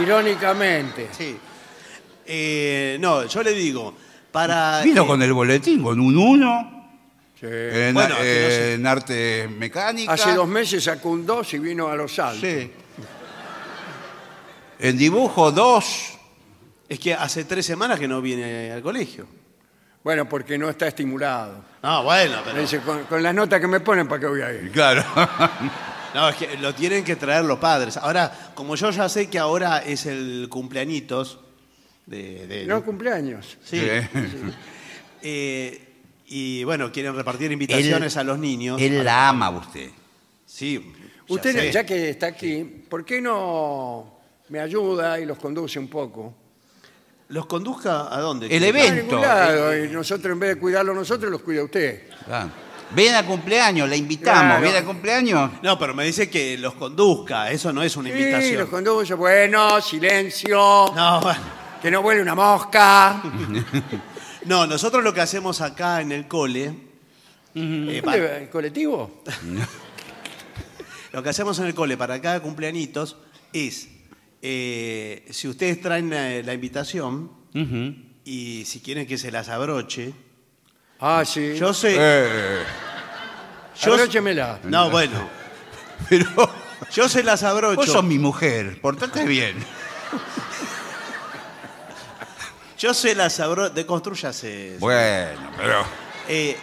[SPEAKER 1] irónicamente.
[SPEAKER 2] Sí. Eh, no, yo le digo, para...
[SPEAKER 3] Vino
[SPEAKER 2] eh,
[SPEAKER 3] con el boletín, con un 1,
[SPEAKER 1] Sí.
[SPEAKER 3] en,
[SPEAKER 2] Bueno,
[SPEAKER 3] eh,
[SPEAKER 2] es que no sé.
[SPEAKER 3] en arte mecánica.
[SPEAKER 1] Hace dos meses sacó un 2 y vino a los altos.
[SPEAKER 3] Sí. En dibujo, dos.
[SPEAKER 2] Es que hace tres semanas que no viene al colegio.
[SPEAKER 1] Bueno, porque no está estimulado.
[SPEAKER 2] No, bueno,
[SPEAKER 1] Le dice, con, con las notas que me ponen, ¿para qué voy a ir?
[SPEAKER 3] Claro.
[SPEAKER 2] No, es que lo tienen que traer los padres. Ahora, como yo ya sé que ahora es el cumpleañitos de... de-
[SPEAKER 1] No cumpleaños.
[SPEAKER 2] sí. Eh, y bueno, quieren repartir
[SPEAKER 3] Él-
[SPEAKER 2] invitaciones a los niños.
[SPEAKER 3] Él la ama a usted.
[SPEAKER 2] Sí. ya
[SPEAKER 1] Usted,
[SPEAKER 2] sé.
[SPEAKER 1] ya que está aquí, ¿por qué no me ayuda y los conduce un poco?
[SPEAKER 2] ¿Los conduzca a dónde?
[SPEAKER 3] El
[SPEAKER 2] chico?
[SPEAKER 1] No, a ningún
[SPEAKER 3] Evento,
[SPEAKER 1] lado, y nosotros en vez de cuidarlo nosotros, los cuida usted.
[SPEAKER 3] Ah. Ven a cumpleaños, la invitamos.
[SPEAKER 1] Claro.
[SPEAKER 3] Ven a cumpleaños.
[SPEAKER 2] No, pero me dice que los conduzca. Eso no es una
[SPEAKER 1] Sí,
[SPEAKER 2] invitación.
[SPEAKER 1] los conduce, bueno, silencio,
[SPEAKER 2] No, bueno.
[SPEAKER 1] que no vuele una mosca.
[SPEAKER 2] No, nosotros lo que hacemos acá en el cole, eh, pa-
[SPEAKER 1] ¿Dónde va? ¿El colectivo?
[SPEAKER 2] lo que hacemos en el cole para cada cumpleañitos es, eh, si ustedes traen eh, la invitación y si quieren que se las abroche,
[SPEAKER 1] Ah, sí.
[SPEAKER 2] yo sé,
[SPEAKER 4] Eh,
[SPEAKER 2] yo,
[SPEAKER 1] Abróchemela.
[SPEAKER 2] no, bueno,
[SPEAKER 3] Pero
[SPEAKER 2] yo se las
[SPEAKER 3] vos sos
[SPEAKER 2] abrocho,
[SPEAKER 3] mi mujer. Portate bien.
[SPEAKER 2] yo se las abrocho, deconstruyase.
[SPEAKER 4] bueno, pero.
[SPEAKER 2] Eh,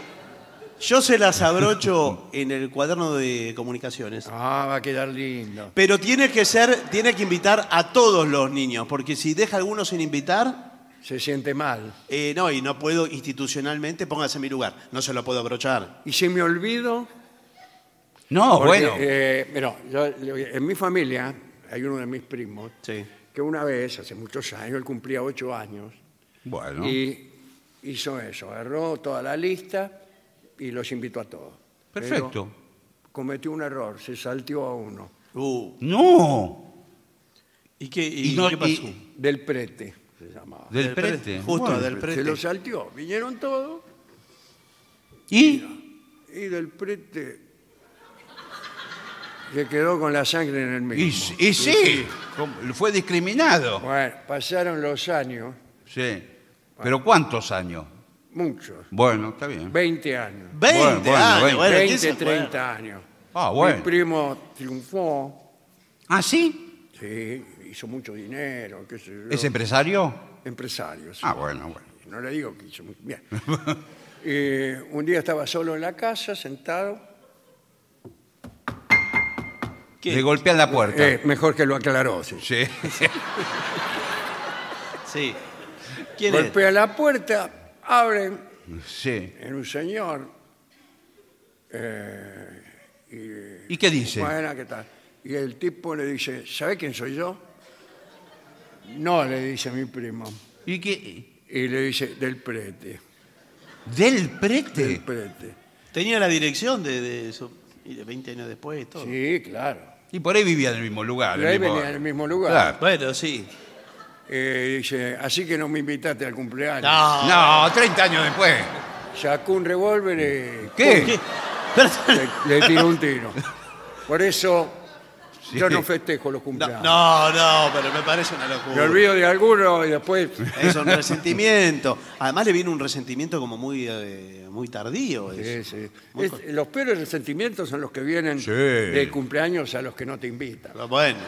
[SPEAKER 2] yo se las abrocho en el cuaderno de comunicaciones.
[SPEAKER 1] Ah, va a quedar lindo.
[SPEAKER 2] Pero tiene que ser, tiene que invitar a todos los niños, porque si deja a alguno sin invitar,
[SPEAKER 1] Se siente mal.
[SPEAKER 2] eh, no, y no puedo institucionalmente, póngase en mi lugar, no se lo puedo abrochar.
[SPEAKER 1] Y si me olvido,
[SPEAKER 3] No,
[SPEAKER 1] Porque,
[SPEAKER 3] Ah, bueno.
[SPEAKER 1] eh, mira, yo- yo- en mi familia hay uno de mis primos
[SPEAKER 2] Sí.
[SPEAKER 1] que una vez, hace muchos años, él cumplía ocho años,
[SPEAKER 4] Bueno.
[SPEAKER 1] y hizo eso, agarró toda la lista y los invitó a todos. Pero
[SPEAKER 3] Perfecto.
[SPEAKER 1] cometió un error, se saltió a uno,
[SPEAKER 2] Uh,
[SPEAKER 3] No.
[SPEAKER 2] ¿Y qué,
[SPEAKER 3] Y no-
[SPEAKER 2] qué pasó?
[SPEAKER 3] y-
[SPEAKER 1] del prete, se llamaba.
[SPEAKER 3] Del,
[SPEAKER 2] Del prete,
[SPEAKER 3] prete.
[SPEAKER 2] justo
[SPEAKER 3] Bueno.
[SPEAKER 2] del
[SPEAKER 1] Se
[SPEAKER 2] prete.
[SPEAKER 1] lo saltió, vinieron todos
[SPEAKER 3] ¿Y?
[SPEAKER 1] y del prete se quedó con la sangre en el mismo.
[SPEAKER 3] Y, s- y sí. ¿Cómo? Fue discriminado.
[SPEAKER 1] Bueno, pasaron los años,
[SPEAKER 3] Sí. Pero ¿cuántos años?
[SPEAKER 1] muchos,
[SPEAKER 3] Bueno, está bien.
[SPEAKER 1] 20 años.
[SPEAKER 2] 20
[SPEAKER 3] Bueno, bueno,
[SPEAKER 2] años,
[SPEAKER 3] veinte.
[SPEAKER 2] bueno, ¿quién
[SPEAKER 1] 20,
[SPEAKER 2] se
[SPEAKER 1] 30
[SPEAKER 2] acuerda?
[SPEAKER 1] años.
[SPEAKER 3] Ah,
[SPEAKER 1] Mi
[SPEAKER 3] bueno.
[SPEAKER 1] primo triunfó,
[SPEAKER 3] ¿Ah, sí?
[SPEAKER 1] sí, hizo mucho dinero, qué sé yo.
[SPEAKER 3] ¿Es empresario?
[SPEAKER 1] Empresario, sí.
[SPEAKER 3] Ah, bueno, bueno.
[SPEAKER 1] No le digo que hizo mucho. Bien. Eh, un día estaba solo en la casa, sentado.
[SPEAKER 2] ¿Qué?
[SPEAKER 3] Le golpean la puerta.
[SPEAKER 1] Eh, mejor que lo aclaró. sí.
[SPEAKER 3] Sí.
[SPEAKER 2] Sí. ¿Quién es?
[SPEAKER 1] Golpea la puerta, abren,
[SPEAKER 3] sí.
[SPEAKER 1] en un señor.
[SPEAKER 3] ¿Y qué dice?
[SPEAKER 1] Buena, ¿qué tal? Y el tipo le dice, ¿sabe quién soy yo? No, le dice mi primo.
[SPEAKER 3] ¿Y qué?
[SPEAKER 1] Y le dice, del prete,
[SPEAKER 3] ¿Del
[SPEAKER 1] del
[SPEAKER 3] prete?
[SPEAKER 1] prete.
[SPEAKER 2] Tenía la dirección de, de eso, y de 20 años después y todo.
[SPEAKER 1] Sí, claro.
[SPEAKER 3] Y por ahí vivía en el mismo lugar.
[SPEAKER 1] Pero
[SPEAKER 3] el
[SPEAKER 1] ahí
[SPEAKER 3] mismo-
[SPEAKER 1] venía en el mismo lugar.
[SPEAKER 3] Claro.
[SPEAKER 2] Bueno, sí.
[SPEAKER 1] Eh, dice, así que no me invitaste al cumpleaños.
[SPEAKER 2] No.
[SPEAKER 3] No, 30 años después.
[SPEAKER 1] Sacó un revólver y
[SPEAKER 3] ¿Qué?
[SPEAKER 2] ¿Qué? Pero-
[SPEAKER 1] le, le tiró un tiro. Por eso yo no festejo los
[SPEAKER 2] No,
[SPEAKER 1] cumpleaños.
[SPEAKER 2] no, no, pero me parece una
[SPEAKER 1] Me
[SPEAKER 2] locura.
[SPEAKER 1] olvido de alguno y después...
[SPEAKER 2] Es un resentimiento. Además le viene un resentimiento como muy, eh, muy tardío.
[SPEAKER 1] Sí,
[SPEAKER 2] eso.
[SPEAKER 1] sí.
[SPEAKER 2] Muy
[SPEAKER 1] Es-
[SPEAKER 2] co-
[SPEAKER 1] los peores resentimientos son los que vienen
[SPEAKER 4] Sí.
[SPEAKER 1] de cumpleaños a los que no te invitan.
[SPEAKER 2] Pero Bueno,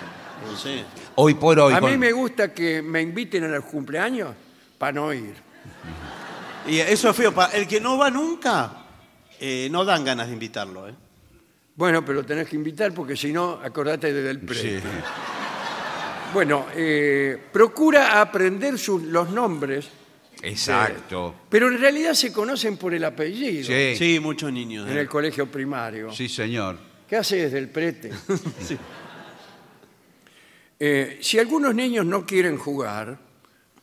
[SPEAKER 2] no sé.
[SPEAKER 3] Hoy por hoy.
[SPEAKER 1] A mí
[SPEAKER 3] con-
[SPEAKER 1] me gusta que me inviten a los cumpleaños para no ir.
[SPEAKER 2] Y eso es feo. Pa- El que no va nunca, eh, no dan ganas de invitarlo. ¿eh?
[SPEAKER 1] Bueno, pero tenés que invitar porque si no, acordate del
[SPEAKER 4] Sí.
[SPEAKER 1] precio. Bueno, eh, procura aprender sus- los nombres
[SPEAKER 3] Exacto.
[SPEAKER 1] Pero en realidad se conocen por el apellido
[SPEAKER 3] Sí. sí.
[SPEAKER 2] Sí, muchos niños.
[SPEAKER 1] en
[SPEAKER 2] ¿eh?
[SPEAKER 1] el colegio primario.
[SPEAKER 3] señor.
[SPEAKER 1] ¿Qué hace desde el prete? Eh, si algunos niños no quieren jugar,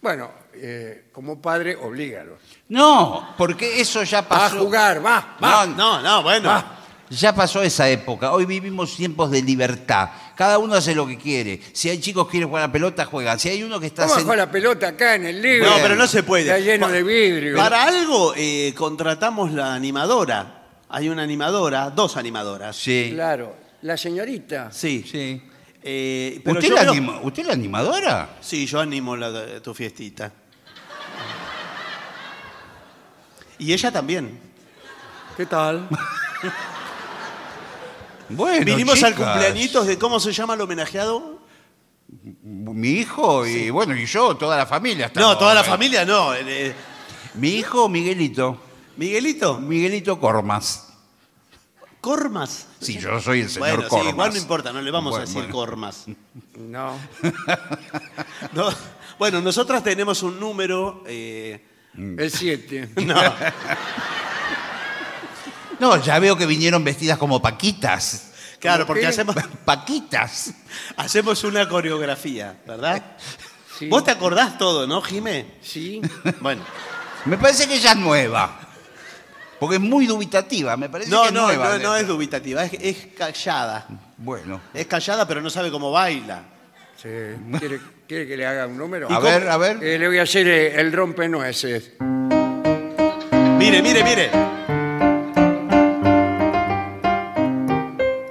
[SPEAKER 1] bueno, eh, como padre, oblígalos.
[SPEAKER 3] No, porque eso ya
[SPEAKER 1] Va a
[SPEAKER 3] pasó.
[SPEAKER 1] jugar, va, va.
[SPEAKER 3] No,
[SPEAKER 2] No, no, bueno.
[SPEAKER 1] Ah.
[SPEAKER 3] Ya pasó esa época. Hoy vivimos tiempos de libertad. Cada uno hace lo que quiere. Si hay chicos que quieren jugar a la pelota, juegan. Si hay uno que está
[SPEAKER 1] Vamos a
[SPEAKER 3] sen-
[SPEAKER 1] jugar la pelota acá en el libro.
[SPEAKER 2] No, pero no se puede.
[SPEAKER 1] Está lleno
[SPEAKER 2] Pa-
[SPEAKER 1] de vidrio.
[SPEAKER 2] Para algo eh, contratamos la animadora. Hay una animadora, dos animadoras.
[SPEAKER 3] Sí.
[SPEAKER 1] Claro. La señorita.
[SPEAKER 2] Sí.
[SPEAKER 3] Sí.
[SPEAKER 2] Eh, pero
[SPEAKER 3] ¿Usted
[SPEAKER 2] yo
[SPEAKER 3] la,
[SPEAKER 2] veo-
[SPEAKER 3] anima- ¿Usted la animadora?
[SPEAKER 2] Sí, yo animo la- tu fiestita. Y ella también.
[SPEAKER 1] ¿Qué tal?
[SPEAKER 3] Bueno,
[SPEAKER 2] Vinimos al
[SPEAKER 3] chicas,
[SPEAKER 2] cumpleañitos de cómo se llama el homenajeado.
[SPEAKER 3] Mi hijo y bueno, y yo, toda la familia. estamos,
[SPEAKER 2] No, toda la
[SPEAKER 3] eh.
[SPEAKER 2] familia no. eh, eh,
[SPEAKER 3] Mi hijo Miguelito.
[SPEAKER 2] Miguelito,
[SPEAKER 3] Miguelito Cormas.
[SPEAKER 2] Cormas.
[SPEAKER 3] Sí, yo soy el señor
[SPEAKER 2] Bueno, sí,
[SPEAKER 3] Cormas.
[SPEAKER 2] igual no importa, no le vamos a
[SPEAKER 3] Bueno,
[SPEAKER 2] decir
[SPEAKER 3] bueno.
[SPEAKER 2] Cormas.
[SPEAKER 1] No.
[SPEAKER 2] No, Bueno, nosotras tenemos un número. eh,
[SPEAKER 1] El 7.
[SPEAKER 3] No, ya veo que vinieron vestidas como paquitas.
[SPEAKER 2] claro, porque
[SPEAKER 1] qué?
[SPEAKER 2] hacemos,
[SPEAKER 3] Paquitas.
[SPEAKER 2] hacemos una coreografía, ¿verdad?
[SPEAKER 1] Sí.
[SPEAKER 2] Vos te acordás todo, ¿no, Jimé?
[SPEAKER 1] Sí.
[SPEAKER 2] Bueno.
[SPEAKER 3] Me parece que ella es nueva. Porque es muy dubitativa, me parece que
[SPEAKER 2] No,
[SPEAKER 3] es
[SPEAKER 2] no,
[SPEAKER 3] nueva.
[SPEAKER 2] no, no es dubitativa, es, es callada.
[SPEAKER 3] Bueno.
[SPEAKER 2] Es callada, pero no sabe cómo baila.
[SPEAKER 1] Sí. ¿Quiere, quiere que le haga un número?
[SPEAKER 3] A ver, a ver.
[SPEAKER 1] Eh, le voy a hacer eh, el rompenueces.
[SPEAKER 2] Mire, mire, mire.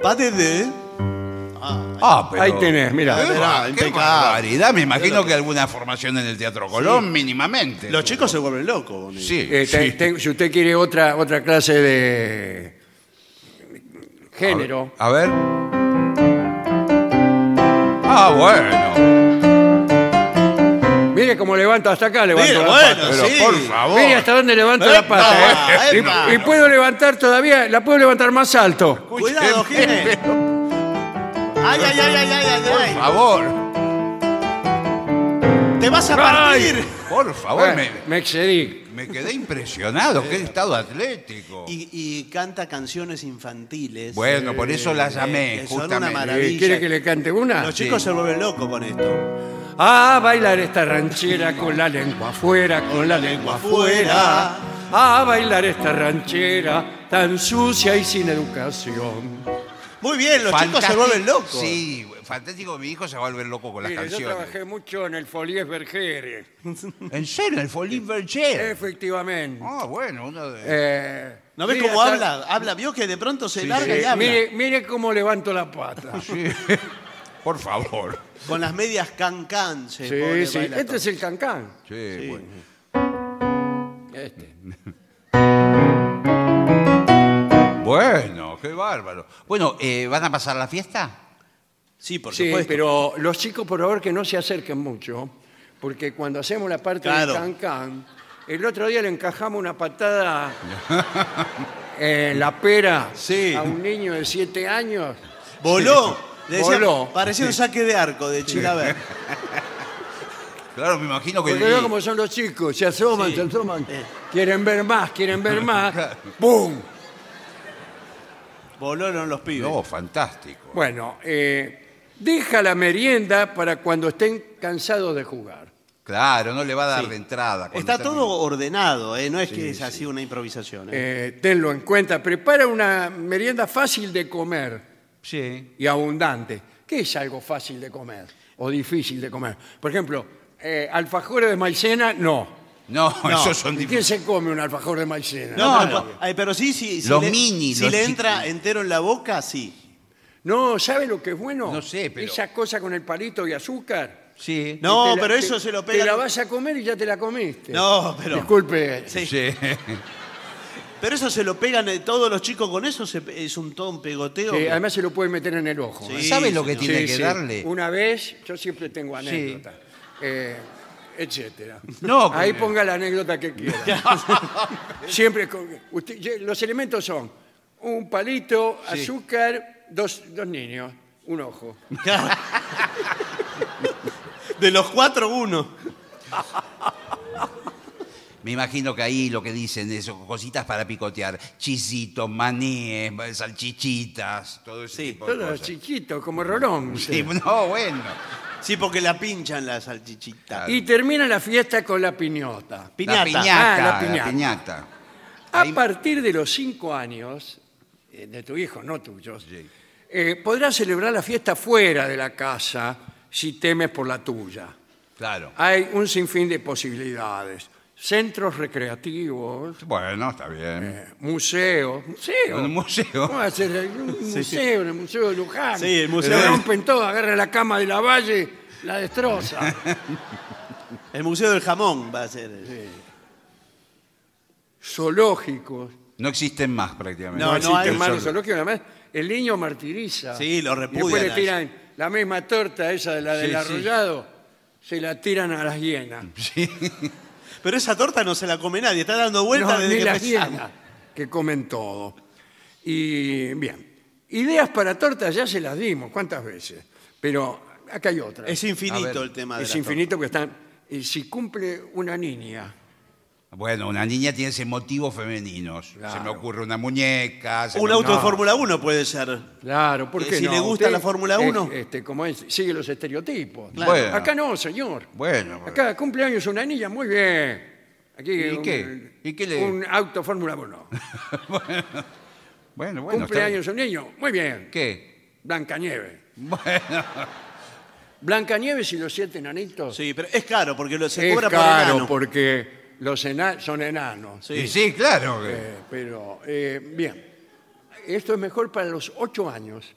[SPEAKER 2] Va desde.
[SPEAKER 3] Ah, pero-
[SPEAKER 1] Ahí tenés, mirá.
[SPEAKER 3] Qué,
[SPEAKER 2] Eh, Mirá,
[SPEAKER 3] va- qué
[SPEAKER 2] impecable.
[SPEAKER 3] barbaridad.
[SPEAKER 2] Yo lo
[SPEAKER 3] Me imagino
[SPEAKER 2] que-
[SPEAKER 3] que alguna formación en el Teatro Colón, mínimamente.
[SPEAKER 2] Los chicos se vuelven locos. boludo.
[SPEAKER 3] Sí,
[SPEAKER 1] Eh, te-
[SPEAKER 3] sí.
[SPEAKER 1] te- si usted quiere otra, otra clase de género,
[SPEAKER 4] A ver. Ah, bueno.
[SPEAKER 1] mire cómo levanta hasta acá, levanta
[SPEAKER 2] Mire,
[SPEAKER 1] la
[SPEAKER 2] bueno,
[SPEAKER 1] pata.
[SPEAKER 4] Pero
[SPEAKER 2] sí.
[SPEAKER 4] por favor.
[SPEAKER 1] Mire hasta dónde levanta la
[SPEAKER 2] Epa,
[SPEAKER 1] pata. ¿eh?
[SPEAKER 2] epa.
[SPEAKER 1] Y, y puedo levantar todavía, la puedo levantar más alto.
[SPEAKER 2] Cuidado, Jimé. Ay, ay, ay, ay, ay, ay, ay.
[SPEAKER 4] Por favor.
[SPEAKER 2] Te vas a partir.
[SPEAKER 4] Por favor.
[SPEAKER 1] Eh,
[SPEAKER 4] Me,
[SPEAKER 1] me excedí.
[SPEAKER 4] me quedé impresionado. Qué estado atlético.
[SPEAKER 2] Y, y canta canciones infantiles.
[SPEAKER 4] Bueno, por eso la llamé,
[SPEAKER 2] que son una
[SPEAKER 4] justamente.
[SPEAKER 2] maravilla.
[SPEAKER 1] Eh, ¿Quiere que le cante una?
[SPEAKER 2] Los chicos se vuelven locos con esto.
[SPEAKER 1] A bailar esta ranchera con la lengua afuera, con la lengua afuera. A bailar esta ranchera tan sucia y sin educación.
[SPEAKER 2] Muy bien, los chicos se
[SPEAKER 3] Fantástico.
[SPEAKER 2] vuelven locos.
[SPEAKER 3] Sí, fantástico. Mi hijo se va a volver loco con las
[SPEAKER 1] Mire, yo
[SPEAKER 3] canciones.
[SPEAKER 1] trabajé mucho en el Folies Bergere.
[SPEAKER 3] En serio, el Folín
[SPEAKER 2] Eh,
[SPEAKER 3] Berger.
[SPEAKER 1] Efectivamente.
[SPEAKER 3] Ah, bueno, uno de.
[SPEAKER 1] Eh,
[SPEAKER 2] Oh. ¿No ves
[SPEAKER 1] mire
[SPEAKER 2] cómo
[SPEAKER 1] hasta-
[SPEAKER 2] habla? Habla, vio que de pronto se
[SPEAKER 1] Sí,
[SPEAKER 2] larga y
[SPEAKER 1] sí.
[SPEAKER 2] habla.
[SPEAKER 1] Mire, mire cómo levanto la pata.
[SPEAKER 3] Sí.
[SPEAKER 4] Por favor.
[SPEAKER 2] Con las medias cancan se
[SPEAKER 1] Sí,
[SPEAKER 2] pone,
[SPEAKER 1] sí.
[SPEAKER 2] baila
[SPEAKER 1] Este
[SPEAKER 2] todo.
[SPEAKER 1] es el cancán.
[SPEAKER 4] Sí, bueno.
[SPEAKER 1] Este.
[SPEAKER 4] Bueno, qué bárbaro.
[SPEAKER 3] Bueno, eh, ¿van a pasar la fiesta?
[SPEAKER 2] Sí, por
[SPEAKER 1] Sí,
[SPEAKER 2] supuesto.
[SPEAKER 1] pero los chicos, por favor, que no se acerquen mucho, porque cuando hacemos la parte
[SPEAKER 2] Claro.
[SPEAKER 1] del cancán, el otro día le encajamos una patada en la pera
[SPEAKER 2] Sí.
[SPEAKER 1] a un niño de siete años.
[SPEAKER 2] Voló. Le decía,
[SPEAKER 1] Voló.
[SPEAKER 2] Parecía un saque de arco de Chilaver.
[SPEAKER 3] Claro, me imagino que.
[SPEAKER 1] Porque veo cómo son los chicos, se asoman, se asoman,
[SPEAKER 2] Eh.
[SPEAKER 1] quieren ver más, quieren ver más, ¡pum!
[SPEAKER 2] Volaron los pibes.
[SPEAKER 4] No, fantástico.
[SPEAKER 1] Bueno, eh, deja la merienda para cuando estén cansados de jugar.
[SPEAKER 3] Claro, no le va a dar de entrada. cuando
[SPEAKER 2] Está
[SPEAKER 3] termine.
[SPEAKER 2] todo ordenado, ¿eh? no es que es así una improvisación. ¿eh?
[SPEAKER 1] Eh, tenlo en cuenta. Prepara una merienda fácil de comer
[SPEAKER 3] Sí.
[SPEAKER 1] y abundante. ¿Qué es algo fácil de comer o difícil de comer? Por ejemplo, eh, alfajores de maicena, no.
[SPEAKER 3] No,
[SPEAKER 2] No.
[SPEAKER 3] esos son
[SPEAKER 1] ¿Y
[SPEAKER 3] difíciles.
[SPEAKER 1] ¿Quién se come un alfajor de maicena?
[SPEAKER 2] No, pero,
[SPEAKER 3] no.
[SPEAKER 2] pa- ay, pero sí, sí. Si
[SPEAKER 3] Los
[SPEAKER 2] le,
[SPEAKER 3] mini,
[SPEAKER 2] si
[SPEAKER 3] los
[SPEAKER 2] le
[SPEAKER 3] chiqui-
[SPEAKER 2] entra entero en la boca, sí.
[SPEAKER 1] No, ¿sabe lo que es bueno?
[SPEAKER 3] No sé, pero-
[SPEAKER 1] Esa cosa con el palito y azúcar.
[SPEAKER 3] Sí.
[SPEAKER 1] que
[SPEAKER 2] No,
[SPEAKER 1] te la-
[SPEAKER 2] pero
[SPEAKER 1] te-
[SPEAKER 2] eso se lo
[SPEAKER 1] Te la
[SPEAKER 2] pega.
[SPEAKER 1] vas a comer y ya te la comiste.
[SPEAKER 2] No, pero-
[SPEAKER 1] Este, Disculpe.
[SPEAKER 2] Sí.
[SPEAKER 3] Sí.
[SPEAKER 2] Pero eso se lo pegan eh, todos los chicos con eso, se pe- es un todo un pegoteo.
[SPEAKER 1] Sí, además se lo pueden meter en el ojo.
[SPEAKER 2] Sí,
[SPEAKER 3] ¿Sabe lo que
[SPEAKER 2] señor.
[SPEAKER 3] tiene
[SPEAKER 1] Sí,
[SPEAKER 3] que
[SPEAKER 1] sí.
[SPEAKER 3] darle?
[SPEAKER 1] Una vez, yo siempre tengo anécdotas, eh, etcétera.
[SPEAKER 3] No, que-
[SPEAKER 1] Ahí ponga la anécdota que quiera. siempre con- usted- yo- los elementos son un palito, azúcar, dos, dos niños, un ojo.
[SPEAKER 2] De los cuatro, uno.
[SPEAKER 3] Me imagino que ahí lo que dicen es cositas para picotear. Chisitos, maníes, salchichitas, todo ese
[SPEAKER 2] Sí.
[SPEAKER 3] tipo de
[SPEAKER 1] Todos
[SPEAKER 3] cosas.
[SPEAKER 1] chiquitos, como Rolón.
[SPEAKER 3] Sí, no, bueno.
[SPEAKER 2] Sí, porque la pinchan la salchichita.
[SPEAKER 1] Y termina la fiesta con la piñota.
[SPEAKER 2] Piñata.
[SPEAKER 3] La piñata,
[SPEAKER 1] Ah, la
[SPEAKER 3] la
[SPEAKER 1] piñata.
[SPEAKER 3] piñata.
[SPEAKER 1] A partir de los cinco años, eh, de tu hijo, no tuyos, eh, podrás celebrar la fiesta fuera de la casa si temes por la tuya.
[SPEAKER 3] Claro.
[SPEAKER 1] Hay un sinfín de posibilidades. Centros recreativos,
[SPEAKER 4] Bueno, está bien.
[SPEAKER 1] eh, museos. ¿Museos?
[SPEAKER 3] Un museo.
[SPEAKER 1] ¿Cómo va a ser? Un museo, en el Museo de Luján.
[SPEAKER 2] Sí, el museo
[SPEAKER 1] Le
[SPEAKER 2] de-
[SPEAKER 1] rompen todo, agarran la cama de la valle, la destroza.
[SPEAKER 2] El Museo del Jamón va a ser.
[SPEAKER 1] zoológicos.
[SPEAKER 3] No existen más prácticamente.
[SPEAKER 2] No, no
[SPEAKER 1] existe
[SPEAKER 2] hay
[SPEAKER 1] más los
[SPEAKER 2] zoológico.
[SPEAKER 1] zoológicos, además el niño martiriza.
[SPEAKER 2] Sí, lo
[SPEAKER 1] Y Después
[SPEAKER 2] repudian
[SPEAKER 1] le
[SPEAKER 2] a
[SPEAKER 1] tiran la misma torta esa de la del
[SPEAKER 3] Sí, sí.
[SPEAKER 1] arrollado, se la tiran a las hienas.
[SPEAKER 2] Pero esa torta no se la come nadie, está dando vueltas
[SPEAKER 1] No,
[SPEAKER 2] desde
[SPEAKER 1] ni
[SPEAKER 2] que
[SPEAKER 1] las
[SPEAKER 2] empezamos.
[SPEAKER 1] hienas, que comen todo. Y bien, ideas para tortas ya se las dimos, ¿cuántas veces? Pero acá hay otra.
[SPEAKER 2] Es
[SPEAKER 3] A
[SPEAKER 2] infinito
[SPEAKER 3] ver,
[SPEAKER 2] el tema de
[SPEAKER 1] Es
[SPEAKER 2] las
[SPEAKER 1] infinito porque están... y si cumple una niña,
[SPEAKER 3] Bueno, una niña tiene ese motivos femeninos. Se me
[SPEAKER 1] Claro.
[SPEAKER 3] ocurre una muñeca. se
[SPEAKER 2] tortas. Un
[SPEAKER 3] me-
[SPEAKER 2] auto
[SPEAKER 3] No.
[SPEAKER 2] de Fórmula 1 puede ser.
[SPEAKER 1] claro, ¿por
[SPEAKER 2] Eh,
[SPEAKER 1] qué
[SPEAKER 2] si
[SPEAKER 1] no?
[SPEAKER 2] le gusta
[SPEAKER 1] Usted,
[SPEAKER 2] la Fórmula 1.
[SPEAKER 1] es- Este, como es, sigue los estereotipos.
[SPEAKER 4] Claro. Bueno.
[SPEAKER 1] Acá no, señor.
[SPEAKER 4] Bueno, bueno.
[SPEAKER 1] Acá cumpleaños una niña, muy bien. Aquí
[SPEAKER 3] ¿Y
[SPEAKER 1] un,
[SPEAKER 3] qué? ¿Y qué le-
[SPEAKER 1] un auto Fórmula 1.
[SPEAKER 4] bueno, bueno. está bien.
[SPEAKER 1] cumpleaños un niño, muy bien.
[SPEAKER 3] ¿Qué?
[SPEAKER 1] Blanca Nieve.
[SPEAKER 4] Bueno,
[SPEAKER 1] Blanca Nieves y los siete enanitos.
[SPEAKER 2] Sí, pero es caro porque lo, se
[SPEAKER 1] es
[SPEAKER 2] cobra por
[SPEAKER 1] caro
[SPEAKER 2] enano.
[SPEAKER 1] porque los ena- son enanos.
[SPEAKER 2] Sí.
[SPEAKER 4] y sí, claro. que-
[SPEAKER 1] Eh, pero, eh, bien, esto es mejor para los ocho años,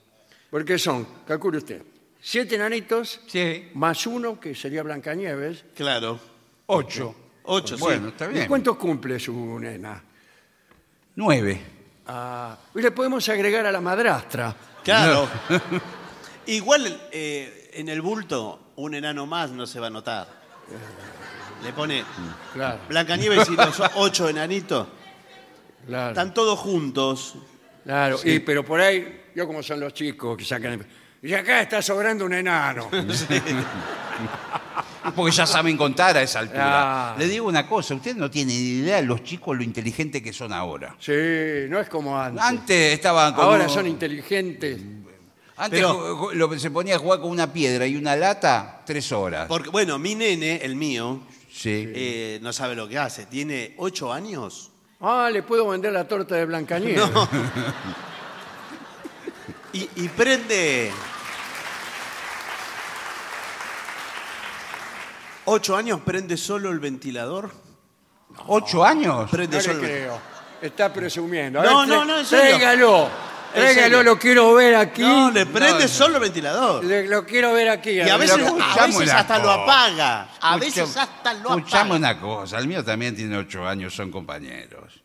[SPEAKER 1] porque son, calcule usted, siete enanitos
[SPEAKER 3] Sí.
[SPEAKER 1] más uno, que sería Blancanieves.
[SPEAKER 2] Claro.
[SPEAKER 4] Ocho.
[SPEAKER 2] Ocho, sí.
[SPEAKER 4] Bueno, está
[SPEAKER 1] ¿Y
[SPEAKER 4] bien.
[SPEAKER 1] cuántos cumple su nena?
[SPEAKER 3] Nueve.
[SPEAKER 1] Ah, y le podemos agregar a la madrastra.
[SPEAKER 2] Claro. Igual eh, en el bulto, un enano más no se va a notar. Le pone
[SPEAKER 1] Claro,
[SPEAKER 2] Blancanieves y los ocho enanitos.
[SPEAKER 1] claro.
[SPEAKER 2] Están todos juntos.
[SPEAKER 1] claro. Y, pero por ahí, yo como son los chicos que sacan... Y acá está sobrando un enano.
[SPEAKER 3] Ah, Porque ya saben contar a esa altura.
[SPEAKER 1] Ah.
[SPEAKER 3] Le digo una cosa, usted no tiene ni idea los chicos lo inteligentes que son ahora.
[SPEAKER 1] Sí, no es como antes.
[SPEAKER 3] Antes estaban con
[SPEAKER 1] Ahora
[SPEAKER 3] un-
[SPEAKER 1] son inteligentes.
[SPEAKER 3] Antes
[SPEAKER 2] Pero-
[SPEAKER 3] ju- ju- lo- se ponía a jugar con una piedra y una lata tres horas.
[SPEAKER 2] Porque, bueno, mi nene, el mío,
[SPEAKER 3] Sí.
[SPEAKER 2] eh, no sabe lo que hace. Tiene ocho años.
[SPEAKER 1] Ah, le puedo vender la torta de Blancanieves.
[SPEAKER 2] No. Y, y prende. ¿Ocho años prende solo el ventilador?
[SPEAKER 3] ¿Ocho años?
[SPEAKER 2] Prende
[SPEAKER 1] No
[SPEAKER 2] solo
[SPEAKER 1] le
[SPEAKER 2] el-
[SPEAKER 1] creo. Está presumiendo. A
[SPEAKER 2] No,
[SPEAKER 1] ver, tra-
[SPEAKER 2] no, no, en serio.
[SPEAKER 1] Tráigalo.
[SPEAKER 2] En
[SPEAKER 1] Tráigalo,
[SPEAKER 2] serio.
[SPEAKER 1] lo quiero ver aquí.
[SPEAKER 2] No, le prende
[SPEAKER 3] no.
[SPEAKER 2] solo el ventilador.
[SPEAKER 1] Le- lo quiero ver aquí.
[SPEAKER 2] Y a veces,
[SPEAKER 3] Pero
[SPEAKER 2] a
[SPEAKER 3] escuchame
[SPEAKER 2] veces
[SPEAKER 3] una
[SPEAKER 2] hasta lo
[SPEAKER 3] cosa.
[SPEAKER 2] apaga. A
[SPEAKER 3] Escucha-
[SPEAKER 2] veces hasta lo
[SPEAKER 3] Escuchame
[SPEAKER 2] apaga.
[SPEAKER 3] una cosa, el mío también tiene ocho años, son compañeros.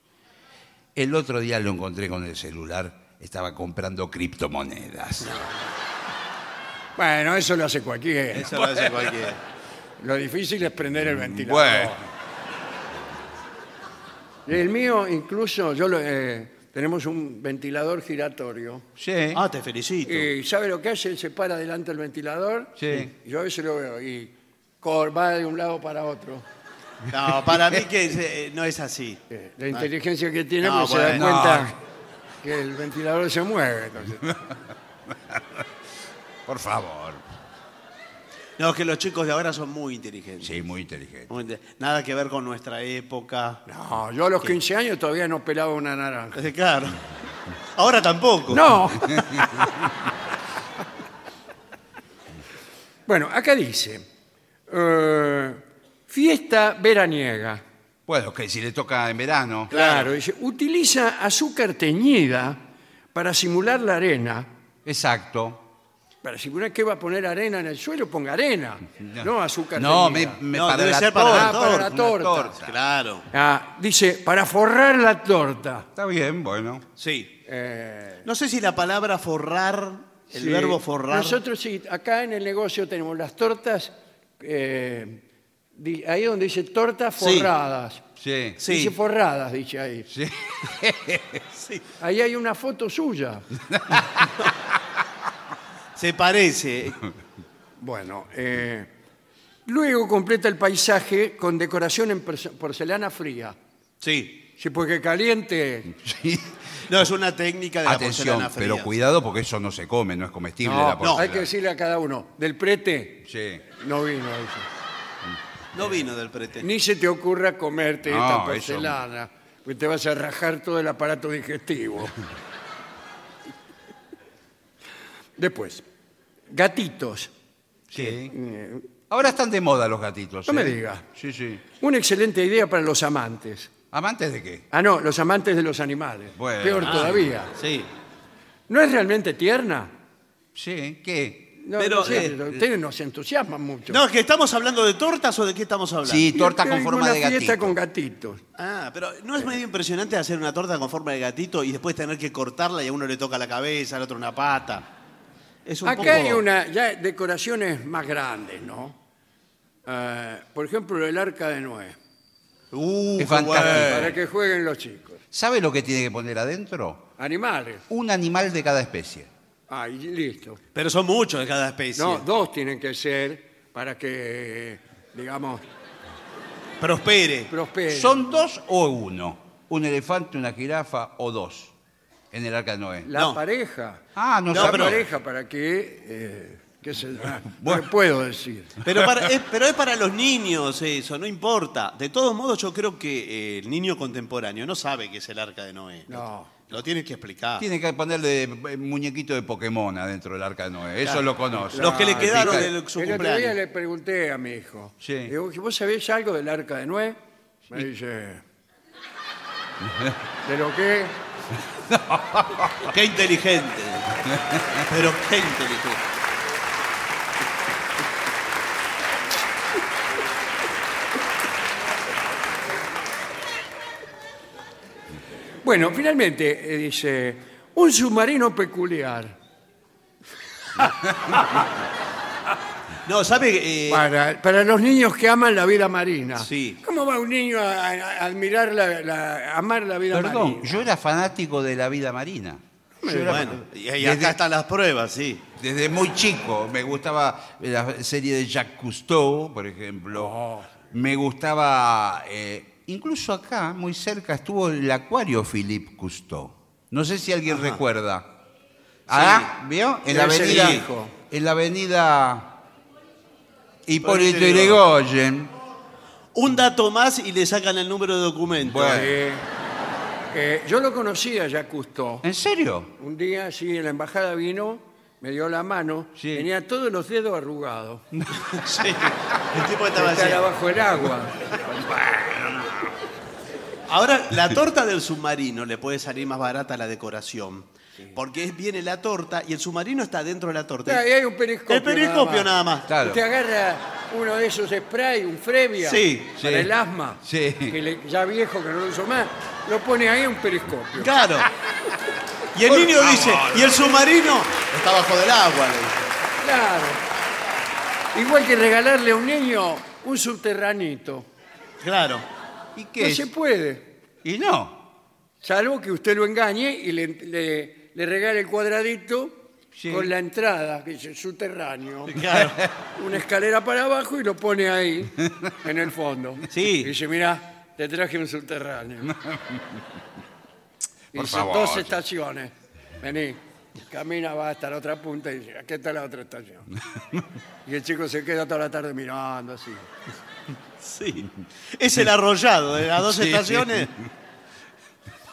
[SPEAKER 3] El otro día lo encontré con el celular, estaba comprando criptomonedas.
[SPEAKER 1] Bueno, eso lo hace cualquiera.
[SPEAKER 2] Eso lo hace cualquiera.
[SPEAKER 1] Lo difícil es prender el ventilador.
[SPEAKER 4] Bueno,
[SPEAKER 1] El mío, incluso, yo lo- eh, tenemos un ventilador giratorio.
[SPEAKER 3] Sí.
[SPEAKER 2] Ah, te felicito.
[SPEAKER 1] Y sabe lo que hace, él se para delante del ventilador.
[SPEAKER 3] Sí.
[SPEAKER 1] Y yo a veces lo veo y cor- va de un lado para otro.
[SPEAKER 2] No, para mí que eh, no es así.
[SPEAKER 1] Eh, La inteligencia que tiene,
[SPEAKER 2] No,
[SPEAKER 1] pues se da
[SPEAKER 2] bueno.
[SPEAKER 1] cuenta
[SPEAKER 3] No.
[SPEAKER 1] que el ventilador se mueve. entonces.
[SPEAKER 4] por favor.
[SPEAKER 2] No, es que los chicos de ahora son muy inteligentes.
[SPEAKER 3] Sí, muy inteligente.
[SPEAKER 2] Muy inte- Nada que ver con nuestra época.
[SPEAKER 1] No, yo a los 15 años todavía no pelaba una naranja.
[SPEAKER 2] Eh, Claro. Ahora tampoco.
[SPEAKER 1] No. bueno, acá dice, eh, fiesta veraniega.
[SPEAKER 3] Bueno, que si le toca en verano.
[SPEAKER 1] Claro, dice, utiliza azúcar teñida para simular la arena.
[SPEAKER 3] Exacto.
[SPEAKER 1] Para simular que va a poner arena en el suelo, ponga arena, no, azúcar
[SPEAKER 3] No, me,
[SPEAKER 1] teñida.
[SPEAKER 3] me
[SPEAKER 2] No,
[SPEAKER 3] para,
[SPEAKER 2] debe
[SPEAKER 3] la
[SPEAKER 2] ser para la
[SPEAKER 3] torta,
[SPEAKER 2] torta.
[SPEAKER 1] Ah, para la
[SPEAKER 3] una
[SPEAKER 1] torta.
[SPEAKER 2] Claro.
[SPEAKER 1] Ah, dice, para forrar la torta.
[SPEAKER 4] Está bien, bueno.
[SPEAKER 2] Sí.
[SPEAKER 1] Eh,
[SPEAKER 2] No sé si la palabra forrar, el
[SPEAKER 1] Sí.
[SPEAKER 2] verbo forrar.
[SPEAKER 1] Nosotros sí, acá en el negocio tenemos las tortas, eh, di- ahí donde dice tortas
[SPEAKER 2] Sí.
[SPEAKER 1] forradas.
[SPEAKER 4] Sí.
[SPEAKER 2] Sí.
[SPEAKER 1] Dice forradas, dice ahí.
[SPEAKER 2] Sí.
[SPEAKER 1] Ahí hay una foto suya.
[SPEAKER 2] Se parece.
[SPEAKER 1] Bueno, eh, luego completa el paisaje con decoración en perso- porcelana fría.
[SPEAKER 2] Sí.
[SPEAKER 1] Sí, porque caliente.
[SPEAKER 2] No, es una técnica de
[SPEAKER 3] Atención,
[SPEAKER 2] la porcelana fría.
[SPEAKER 3] pero cuidado porque eso no se come, no es comestible
[SPEAKER 1] No,
[SPEAKER 3] la
[SPEAKER 1] no, hay
[SPEAKER 3] porcelana.
[SPEAKER 1] que decirle a cada uno, del prete
[SPEAKER 4] Sí.
[SPEAKER 1] no vino eso.
[SPEAKER 2] No vino del prete.
[SPEAKER 1] Ni se te ocurra comerte
[SPEAKER 4] No,
[SPEAKER 1] esta
[SPEAKER 4] eso-
[SPEAKER 1] porcelana, porque te vas a rajar todo el aparato digestivo. Después, gatitos.
[SPEAKER 3] Sí.
[SPEAKER 2] Eh,
[SPEAKER 3] Ahora están de moda los gatitos.
[SPEAKER 1] No
[SPEAKER 3] ¿eh?
[SPEAKER 1] me diga.
[SPEAKER 4] Sí, sí.
[SPEAKER 1] Una excelente idea para los amantes.
[SPEAKER 3] ¿Amantes de qué?
[SPEAKER 1] Ah, no, los amantes de los animales.
[SPEAKER 4] Bueno.
[SPEAKER 1] Peor
[SPEAKER 4] Ah.
[SPEAKER 1] todavía.
[SPEAKER 2] Sí.
[SPEAKER 1] ¿No es realmente tierna?
[SPEAKER 3] Sí, ¿qué?
[SPEAKER 1] No,
[SPEAKER 2] Pero,
[SPEAKER 1] no sé,
[SPEAKER 2] eh,
[SPEAKER 1] ustedes nos entusiasman mucho.
[SPEAKER 2] No, es que estamos hablando de tortas o de qué estamos hablando.
[SPEAKER 3] Sí, torta con
[SPEAKER 1] Una
[SPEAKER 3] forma de
[SPEAKER 1] fiesta
[SPEAKER 3] gatito.
[SPEAKER 1] con gatitos.
[SPEAKER 2] Ah, pero ¿no es medio impresionante hacer una torta con forma de gatito y después tener que cortarla y a uno le toca la cabeza, al otro una pata? Es un
[SPEAKER 1] Acá
[SPEAKER 2] poco-
[SPEAKER 1] hay una, ya decoraciones más grandes, ¿no? Eh, por ejemplo, el arca de Noé,
[SPEAKER 2] Uh,
[SPEAKER 3] Es
[SPEAKER 2] qué
[SPEAKER 3] fantástico.
[SPEAKER 1] para que jueguen los chicos.
[SPEAKER 3] ¿Sabe lo que tiene que poner adentro?
[SPEAKER 1] Animales.
[SPEAKER 3] Un animal de cada especie.
[SPEAKER 1] Ah, y listo.
[SPEAKER 2] guay. Pero son muchos de cada especie.
[SPEAKER 1] No, dos tienen que ser para que, digamos,
[SPEAKER 2] Prospere.
[SPEAKER 1] prosperen.
[SPEAKER 3] ¿Son dos o uno? ¿Un elefante, una jirafa o dos? En el Arca de Noé.
[SPEAKER 1] la
[SPEAKER 2] no.
[SPEAKER 1] pareja.
[SPEAKER 3] Ah,
[SPEAKER 2] No,
[SPEAKER 3] no,
[SPEAKER 1] la
[SPEAKER 3] sabía.
[SPEAKER 2] pero-
[SPEAKER 1] pareja para que, eh, qué sé yo, ah, no le puedo decir.
[SPEAKER 2] Pero, para- es, pero es para los niños eso, no importa. De todos modos, yo creo que eh, el niño contemporáneo no sabe qué es el arca de Noé.
[SPEAKER 1] No.
[SPEAKER 2] Lo tienes que explicar.
[SPEAKER 3] Tiene que ponerle eh, muñequito de Pokémon adentro del Arca de Noé. Eso
[SPEAKER 2] Claro.
[SPEAKER 3] lo conoce.
[SPEAKER 2] Los que le
[SPEAKER 3] Ah,
[SPEAKER 2] quedaron
[SPEAKER 3] fíjate.
[SPEAKER 2] de su
[SPEAKER 1] el otro día
[SPEAKER 2] cumpleaños.
[SPEAKER 1] le pregunté a mi hijo,
[SPEAKER 3] Sí.
[SPEAKER 1] digo, ¿vos sabés algo del arca de Noé? Me dice, ¿de lo que?
[SPEAKER 2] Qué inteligente. pero qué inteligente.
[SPEAKER 1] Bueno, finalmente eh, dice, un submarino peculiar
[SPEAKER 2] No, ¿sabe? Eh,
[SPEAKER 1] para, para los niños que aman la vida marina.
[SPEAKER 2] Sí.
[SPEAKER 1] ¿Cómo va un niño a, a- a admirar, la, la- amar la vida marina?
[SPEAKER 3] Perdón, yo era fanático de la vida marina. Yo era-
[SPEAKER 2] bueno, y, y
[SPEAKER 3] desde-
[SPEAKER 2] acá están las pruebas, sí.
[SPEAKER 3] Desde muy chico me gustaba la serie de Jacques Cousteau, por ejemplo.
[SPEAKER 1] Oh.
[SPEAKER 3] Me gustaba, eh, incluso acá, muy cerca, estuvo el acuario Philippe Cousteau. No sé si alguien recuerda. Ah, ¿vio? En la
[SPEAKER 1] Debe ser
[SPEAKER 3] avenida,
[SPEAKER 1] viejo.
[SPEAKER 3] en la avenida Hipólito
[SPEAKER 2] Hipólito
[SPEAKER 3] Yrigoyen.
[SPEAKER 2] Un dato más y le sacan el número de documento.
[SPEAKER 3] Bueno.
[SPEAKER 1] Eh, eh, yo lo conocía ya Cousteau.
[SPEAKER 3] ¿En serio?
[SPEAKER 1] Un día, sí, en la embajada vino, me dio la mano,
[SPEAKER 3] Sí.
[SPEAKER 1] tenía todos los dedos arrugados.
[SPEAKER 2] Sí. El tipo estaba así.
[SPEAKER 1] Estaba bajo el agua.
[SPEAKER 2] Ahora, la torta del submarino le puede salir más barata a la decoración. Porque es- viene la torta y el submarino está dentro de la torta.
[SPEAKER 1] Ahí hay un periscopio.
[SPEAKER 2] el periscopio nada más.
[SPEAKER 3] Claro.
[SPEAKER 1] Usted agarra uno de esos spray, un Frevia,
[SPEAKER 2] Sí,
[SPEAKER 1] para
[SPEAKER 3] sí.
[SPEAKER 1] el asma,
[SPEAKER 3] Sí.
[SPEAKER 1] que le- ya viejo que no lo uso más, lo pone ahí un periscopio.
[SPEAKER 2] Claro. Y el niño dice, y el submarino está bajo del agua. le dice.
[SPEAKER 1] Claro. Igual que regalarle a un niño un subterranito.
[SPEAKER 2] Claro.
[SPEAKER 3] ¿Y qué
[SPEAKER 1] No
[SPEAKER 3] es?
[SPEAKER 1] se puede.
[SPEAKER 3] Y no.
[SPEAKER 1] Salvo que usted lo engañe y le, le- le regale el cuadradito
[SPEAKER 3] Sí.
[SPEAKER 1] con la entrada, que es el subterráneo.
[SPEAKER 2] Claro.
[SPEAKER 1] Una escalera para abajo y lo pone ahí, en el fondo.
[SPEAKER 2] Sí.
[SPEAKER 1] Y dice, mira, te traje un subterráneo. y
[SPEAKER 4] Por
[SPEAKER 1] son
[SPEAKER 4] favor.
[SPEAKER 1] dos estaciones. Vení, camina, va hasta la otra punta y dice, aquí está la otra estación. y el chico se queda toda la tarde mirando así.
[SPEAKER 2] Sí. Es el arrollado de las dos estaciones.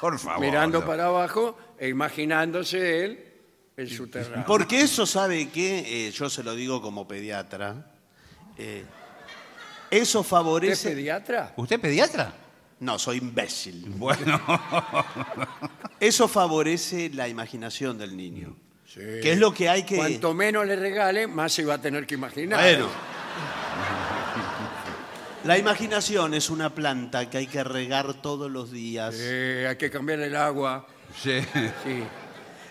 [SPEAKER 4] Por favor.
[SPEAKER 1] mirando
[SPEAKER 4] no.
[SPEAKER 1] para abajo e imaginándose él el subterráneo.
[SPEAKER 2] Porque eso sabe que, eh, yo se lo digo como pediatra, eh,
[SPEAKER 1] ¿Usted
[SPEAKER 2] eso
[SPEAKER 1] es
[SPEAKER 2] favorece...
[SPEAKER 1] pediatra?
[SPEAKER 3] ¿Usted es pediatra?
[SPEAKER 2] No, soy imbécil.
[SPEAKER 3] Bueno.
[SPEAKER 2] Eso favorece la imaginación del niño.
[SPEAKER 1] Sí.
[SPEAKER 2] Que es lo que hay que...
[SPEAKER 1] Cuanto menos le regale, más se va a tener que imaginar.
[SPEAKER 2] Bueno. La imaginación es una planta que hay que regar todos los días.
[SPEAKER 1] Eh, hay que cambiar el agua.
[SPEAKER 3] Sí.
[SPEAKER 1] Sí.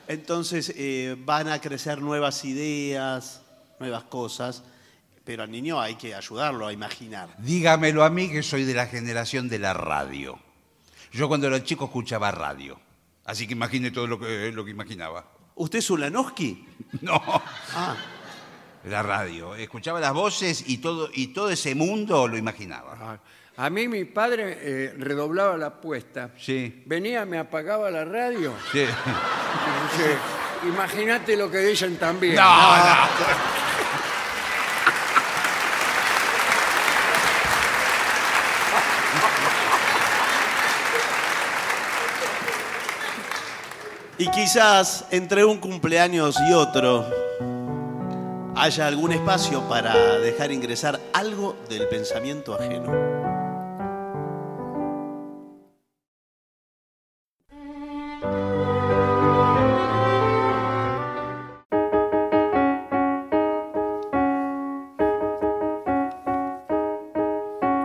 [SPEAKER 2] Entonces eh, van a crecer nuevas ideas, nuevas cosas, pero al niño hay que ayudarlo a imaginar.
[SPEAKER 3] Dígamelo a mí que soy de la generación de la radio. Yo cuando era chico escuchaba radio. Así que imagine todo lo que, lo que imaginaba.
[SPEAKER 2] ¿Usted es un Lanowski?
[SPEAKER 3] No,
[SPEAKER 2] Ah,
[SPEAKER 3] la radio. Escuchaba las voces y todo, y todo ese mundo lo imaginaba.
[SPEAKER 1] Ah, A mí mi padre eh, redoblaba la apuesta.
[SPEAKER 3] Sí.
[SPEAKER 1] Venía, me apagaba la radio. y
[SPEAKER 3] Sí.
[SPEAKER 1] dice, Imagínate lo que dicen también.
[SPEAKER 3] No, no.
[SPEAKER 2] y quizás entre un cumpleaños y otro haya algún espacio para dejar ingresar algo del pensamiento ajeno.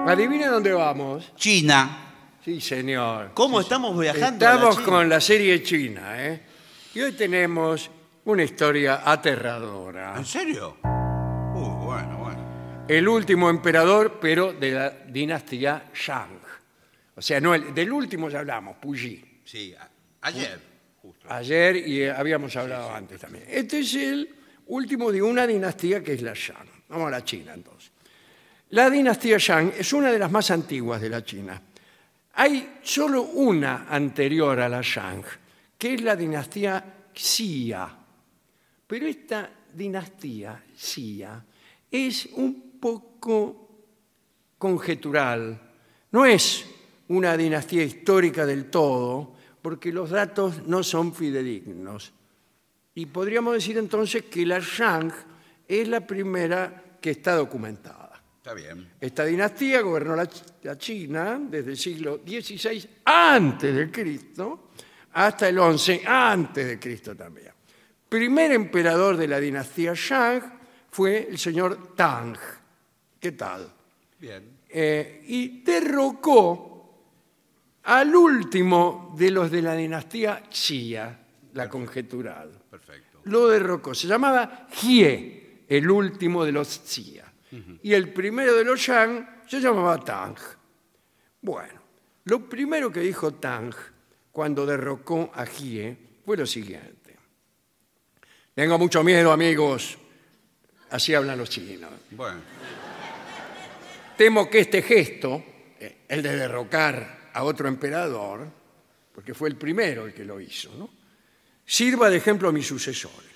[SPEAKER 1] Adivina dónde vamos.
[SPEAKER 3] China.
[SPEAKER 1] Sí, señor.
[SPEAKER 2] ¿Cómo estamos viajando? a la
[SPEAKER 1] Estamos
[SPEAKER 2] China?
[SPEAKER 1] con la serie china, ¿eh? Y hoy tenemos una historia aterradora.
[SPEAKER 3] ¿En serio? Uh, bueno, bueno.
[SPEAKER 1] El último emperador, pero de la dinastía Shang. O sea, no, el- del último ya hablamos, Puyi.
[SPEAKER 3] Sí, a- ayer. Justo.
[SPEAKER 1] ayer y eh, habíamos hablado antes también. Este es el último de una dinastía que es la Shang. Vamos a la China entonces. La dinastía Shang es una de las más antiguas de la China. Hay solo una anterior a la Shang, que es la dinastía Xia. Pero esta dinastía Xia es un poco conjetural. No es una dinastía histórica del todo, porque los datos no son fidedignos. Y podríamos decir entonces que la Shang es la primera que está documentada.
[SPEAKER 3] Está bien.
[SPEAKER 1] Esta dinastía gobernó la, Ch- la China desde el siglo XVI antes de Cristo hasta el XI antes de Cristo también. Primer emperador de la dinastía Shang fue el señor Tang. ¿Qué tal?
[SPEAKER 3] Bien.
[SPEAKER 1] eh, y derrocó al último de los de la dinastía Xia, la conjetural.
[SPEAKER 3] Perfecto.
[SPEAKER 1] Lo derrocó. Se llamaba Jie, el último de los Xia. Y el primero de los Shang se llamaba Tang. Bueno, lo primero que dijo Tang cuando derrocó a Jie fue lo siguiente. Tengo mucho miedo, amigos. Así hablan los chinos.
[SPEAKER 3] Bueno.
[SPEAKER 1] Temo que este gesto, eh, el de derrocar a otro emperador, porque fue el primero el que lo hizo, ¿no? sirva de ejemplo a mis sucesores.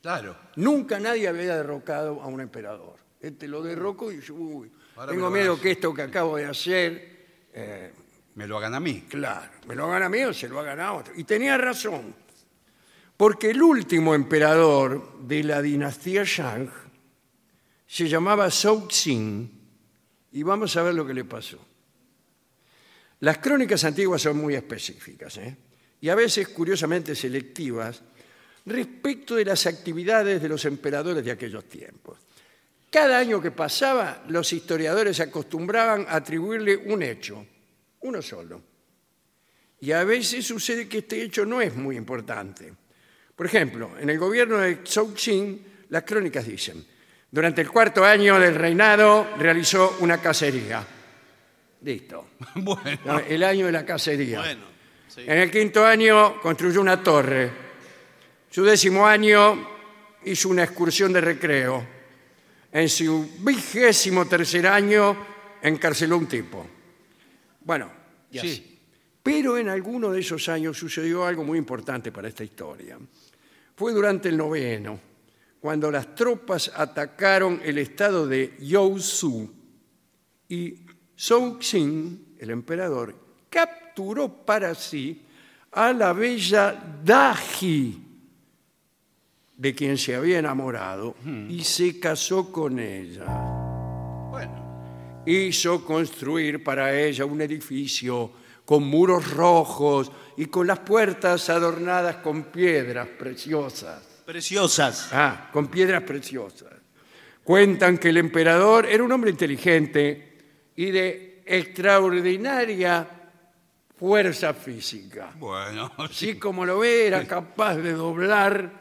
[SPEAKER 3] Claro.
[SPEAKER 1] Nunca nadie había derrocado a un emperador. Este lo derrocó y dice, uy,
[SPEAKER 3] Ahora me
[SPEAKER 1] tengo
[SPEAKER 3] lo
[SPEAKER 1] miedo
[SPEAKER 3] hace".
[SPEAKER 1] que esto que acabo de hacer,
[SPEAKER 3] Me lo hagan a mí.
[SPEAKER 1] claro, me lo hagan a mí o se lo hagan a otro. Y tenía razón, porque el último emperador de la dinastía Shang se llamaba Zhou Xin, y vamos a ver lo que le pasó. Las crónicas antiguas son muy específicas ¿eh? y a veces curiosamente selectivas respecto de las actividades de los emperadores de aquellos tiempos. Cada año que pasaba, los historiadores se acostumbraban a atribuirle un hecho, uno solo. Y a veces sucede que este hecho no es muy importante. Por ejemplo, en el gobierno de Chongqing, las crónicas dicen, durante el cuarto año del reinado realizó una cacería. Listo.
[SPEAKER 3] Bueno.
[SPEAKER 1] No, el año de la cacería.
[SPEAKER 2] Bueno, sí.
[SPEAKER 1] En el quinto año construyó una torre. Su décimo año hizo una excursión de recreo. En su vigésimo tercer año encarceló un tipo. Bueno, y
[SPEAKER 3] Sí.
[SPEAKER 1] así. Pero en alguno de esos años sucedió algo muy importante para esta historia. Fue durante el noveno, cuando las tropas atacaron el estado de Yaosu y Song Xin, el emperador, capturó para sí a la bella Daji, de quien se había enamorado, y se casó con ella
[SPEAKER 3] Bueno.
[SPEAKER 1] hizo construir para ella un edificio con muros rojos y con las puertas adornadas con piedras preciosas.
[SPEAKER 2] Preciosas.
[SPEAKER 1] Ah, con piedras preciosas. Cuentan que el emperador era un hombre inteligente y de extraordinaria fuerza física.
[SPEAKER 3] Bueno.
[SPEAKER 1] Así como lo ve, era capaz de doblar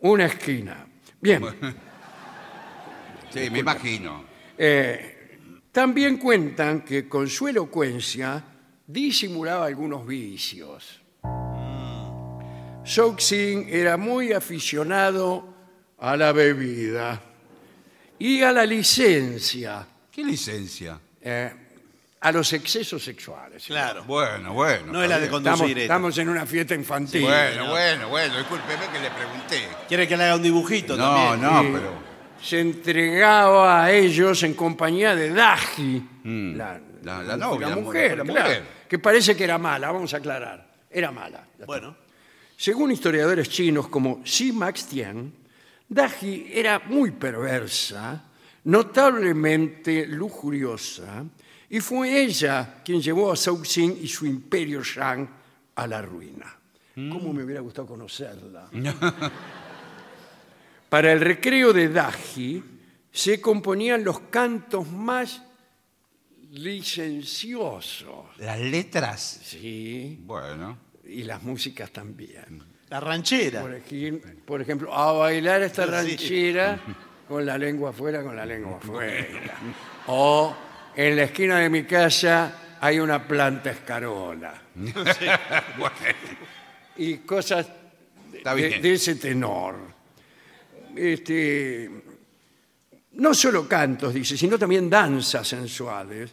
[SPEAKER 1] una esquina. Bien.
[SPEAKER 3] Sí, me imagino.
[SPEAKER 1] Eh, también cuentan que con su elocuencia disimulaba algunos vicios. Soxin era muy aficionado a la bebida y a la licencia,
[SPEAKER 3] ¿Qué licencia?
[SPEAKER 1] eh, a los excesos sexuales.
[SPEAKER 2] Claro.
[SPEAKER 3] Bueno, bueno.
[SPEAKER 2] No es la de
[SPEAKER 3] está bien.
[SPEAKER 1] Estamos,
[SPEAKER 2] conducir. esta.
[SPEAKER 1] estamos en una fiesta infantil.
[SPEAKER 3] Bueno, bueno, bueno. Discúlpeme que le pregunté.
[SPEAKER 2] ¿Quiere que le haga un dibujito
[SPEAKER 3] No,
[SPEAKER 2] también?
[SPEAKER 3] no,
[SPEAKER 1] Sí.
[SPEAKER 3] pero.
[SPEAKER 1] Eh, Se entregaba a ellos en compañía de Daji, la,
[SPEAKER 3] Mm. La- la novia, la
[SPEAKER 1] mujer,
[SPEAKER 3] mujer, la
[SPEAKER 1] claro,
[SPEAKER 3] mujer.
[SPEAKER 1] que parece que era mala, vamos a aclarar, era mala. Ya está.
[SPEAKER 2] Bueno,
[SPEAKER 1] Según historiadores chinos como Xi Maxian, Daji era muy perversa, notablemente lujuriosa, y fue ella quien llevó a Xin y su imperio Shang a la ruina. ¿Cómo me hubiera gustado conocerla? Para el recreo de Daji se componían los cantos más licencioso.
[SPEAKER 3] Las letras.
[SPEAKER 1] Sí,
[SPEAKER 3] Bueno.
[SPEAKER 1] y las músicas también.
[SPEAKER 2] La ranchera.
[SPEAKER 1] Por, ejí- por ejemplo, a bailar esta ranchera con la lengua afuera, con la lengua afuera. O en la esquina de mi casa hay una planta escarola. Y cosas
[SPEAKER 3] Está
[SPEAKER 1] de,
[SPEAKER 3] bien.
[SPEAKER 1] de ese tenor. Este, no solo cantos, dice, sino también danzas sensuales.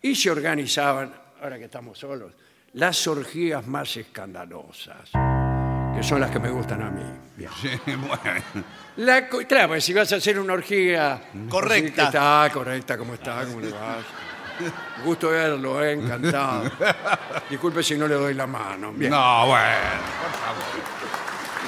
[SPEAKER 1] Y se organizaban, ahora que estamos solos, las orgías más escandalosas, que son las que me gustan a mí. Bien.
[SPEAKER 3] bueno.
[SPEAKER 1] La, co- claro, pues si vas a hacer una orgía.
[SPEAKER 2] Correcta.
[SPEAKER 1] así que Está correcta, ¿cómo está? ¿Cómo le vas? Gusto verlo, eh, encantado. Disculpe si no le doy la mano. Bien.
[SPEAKER 3] No, bueno, por favor.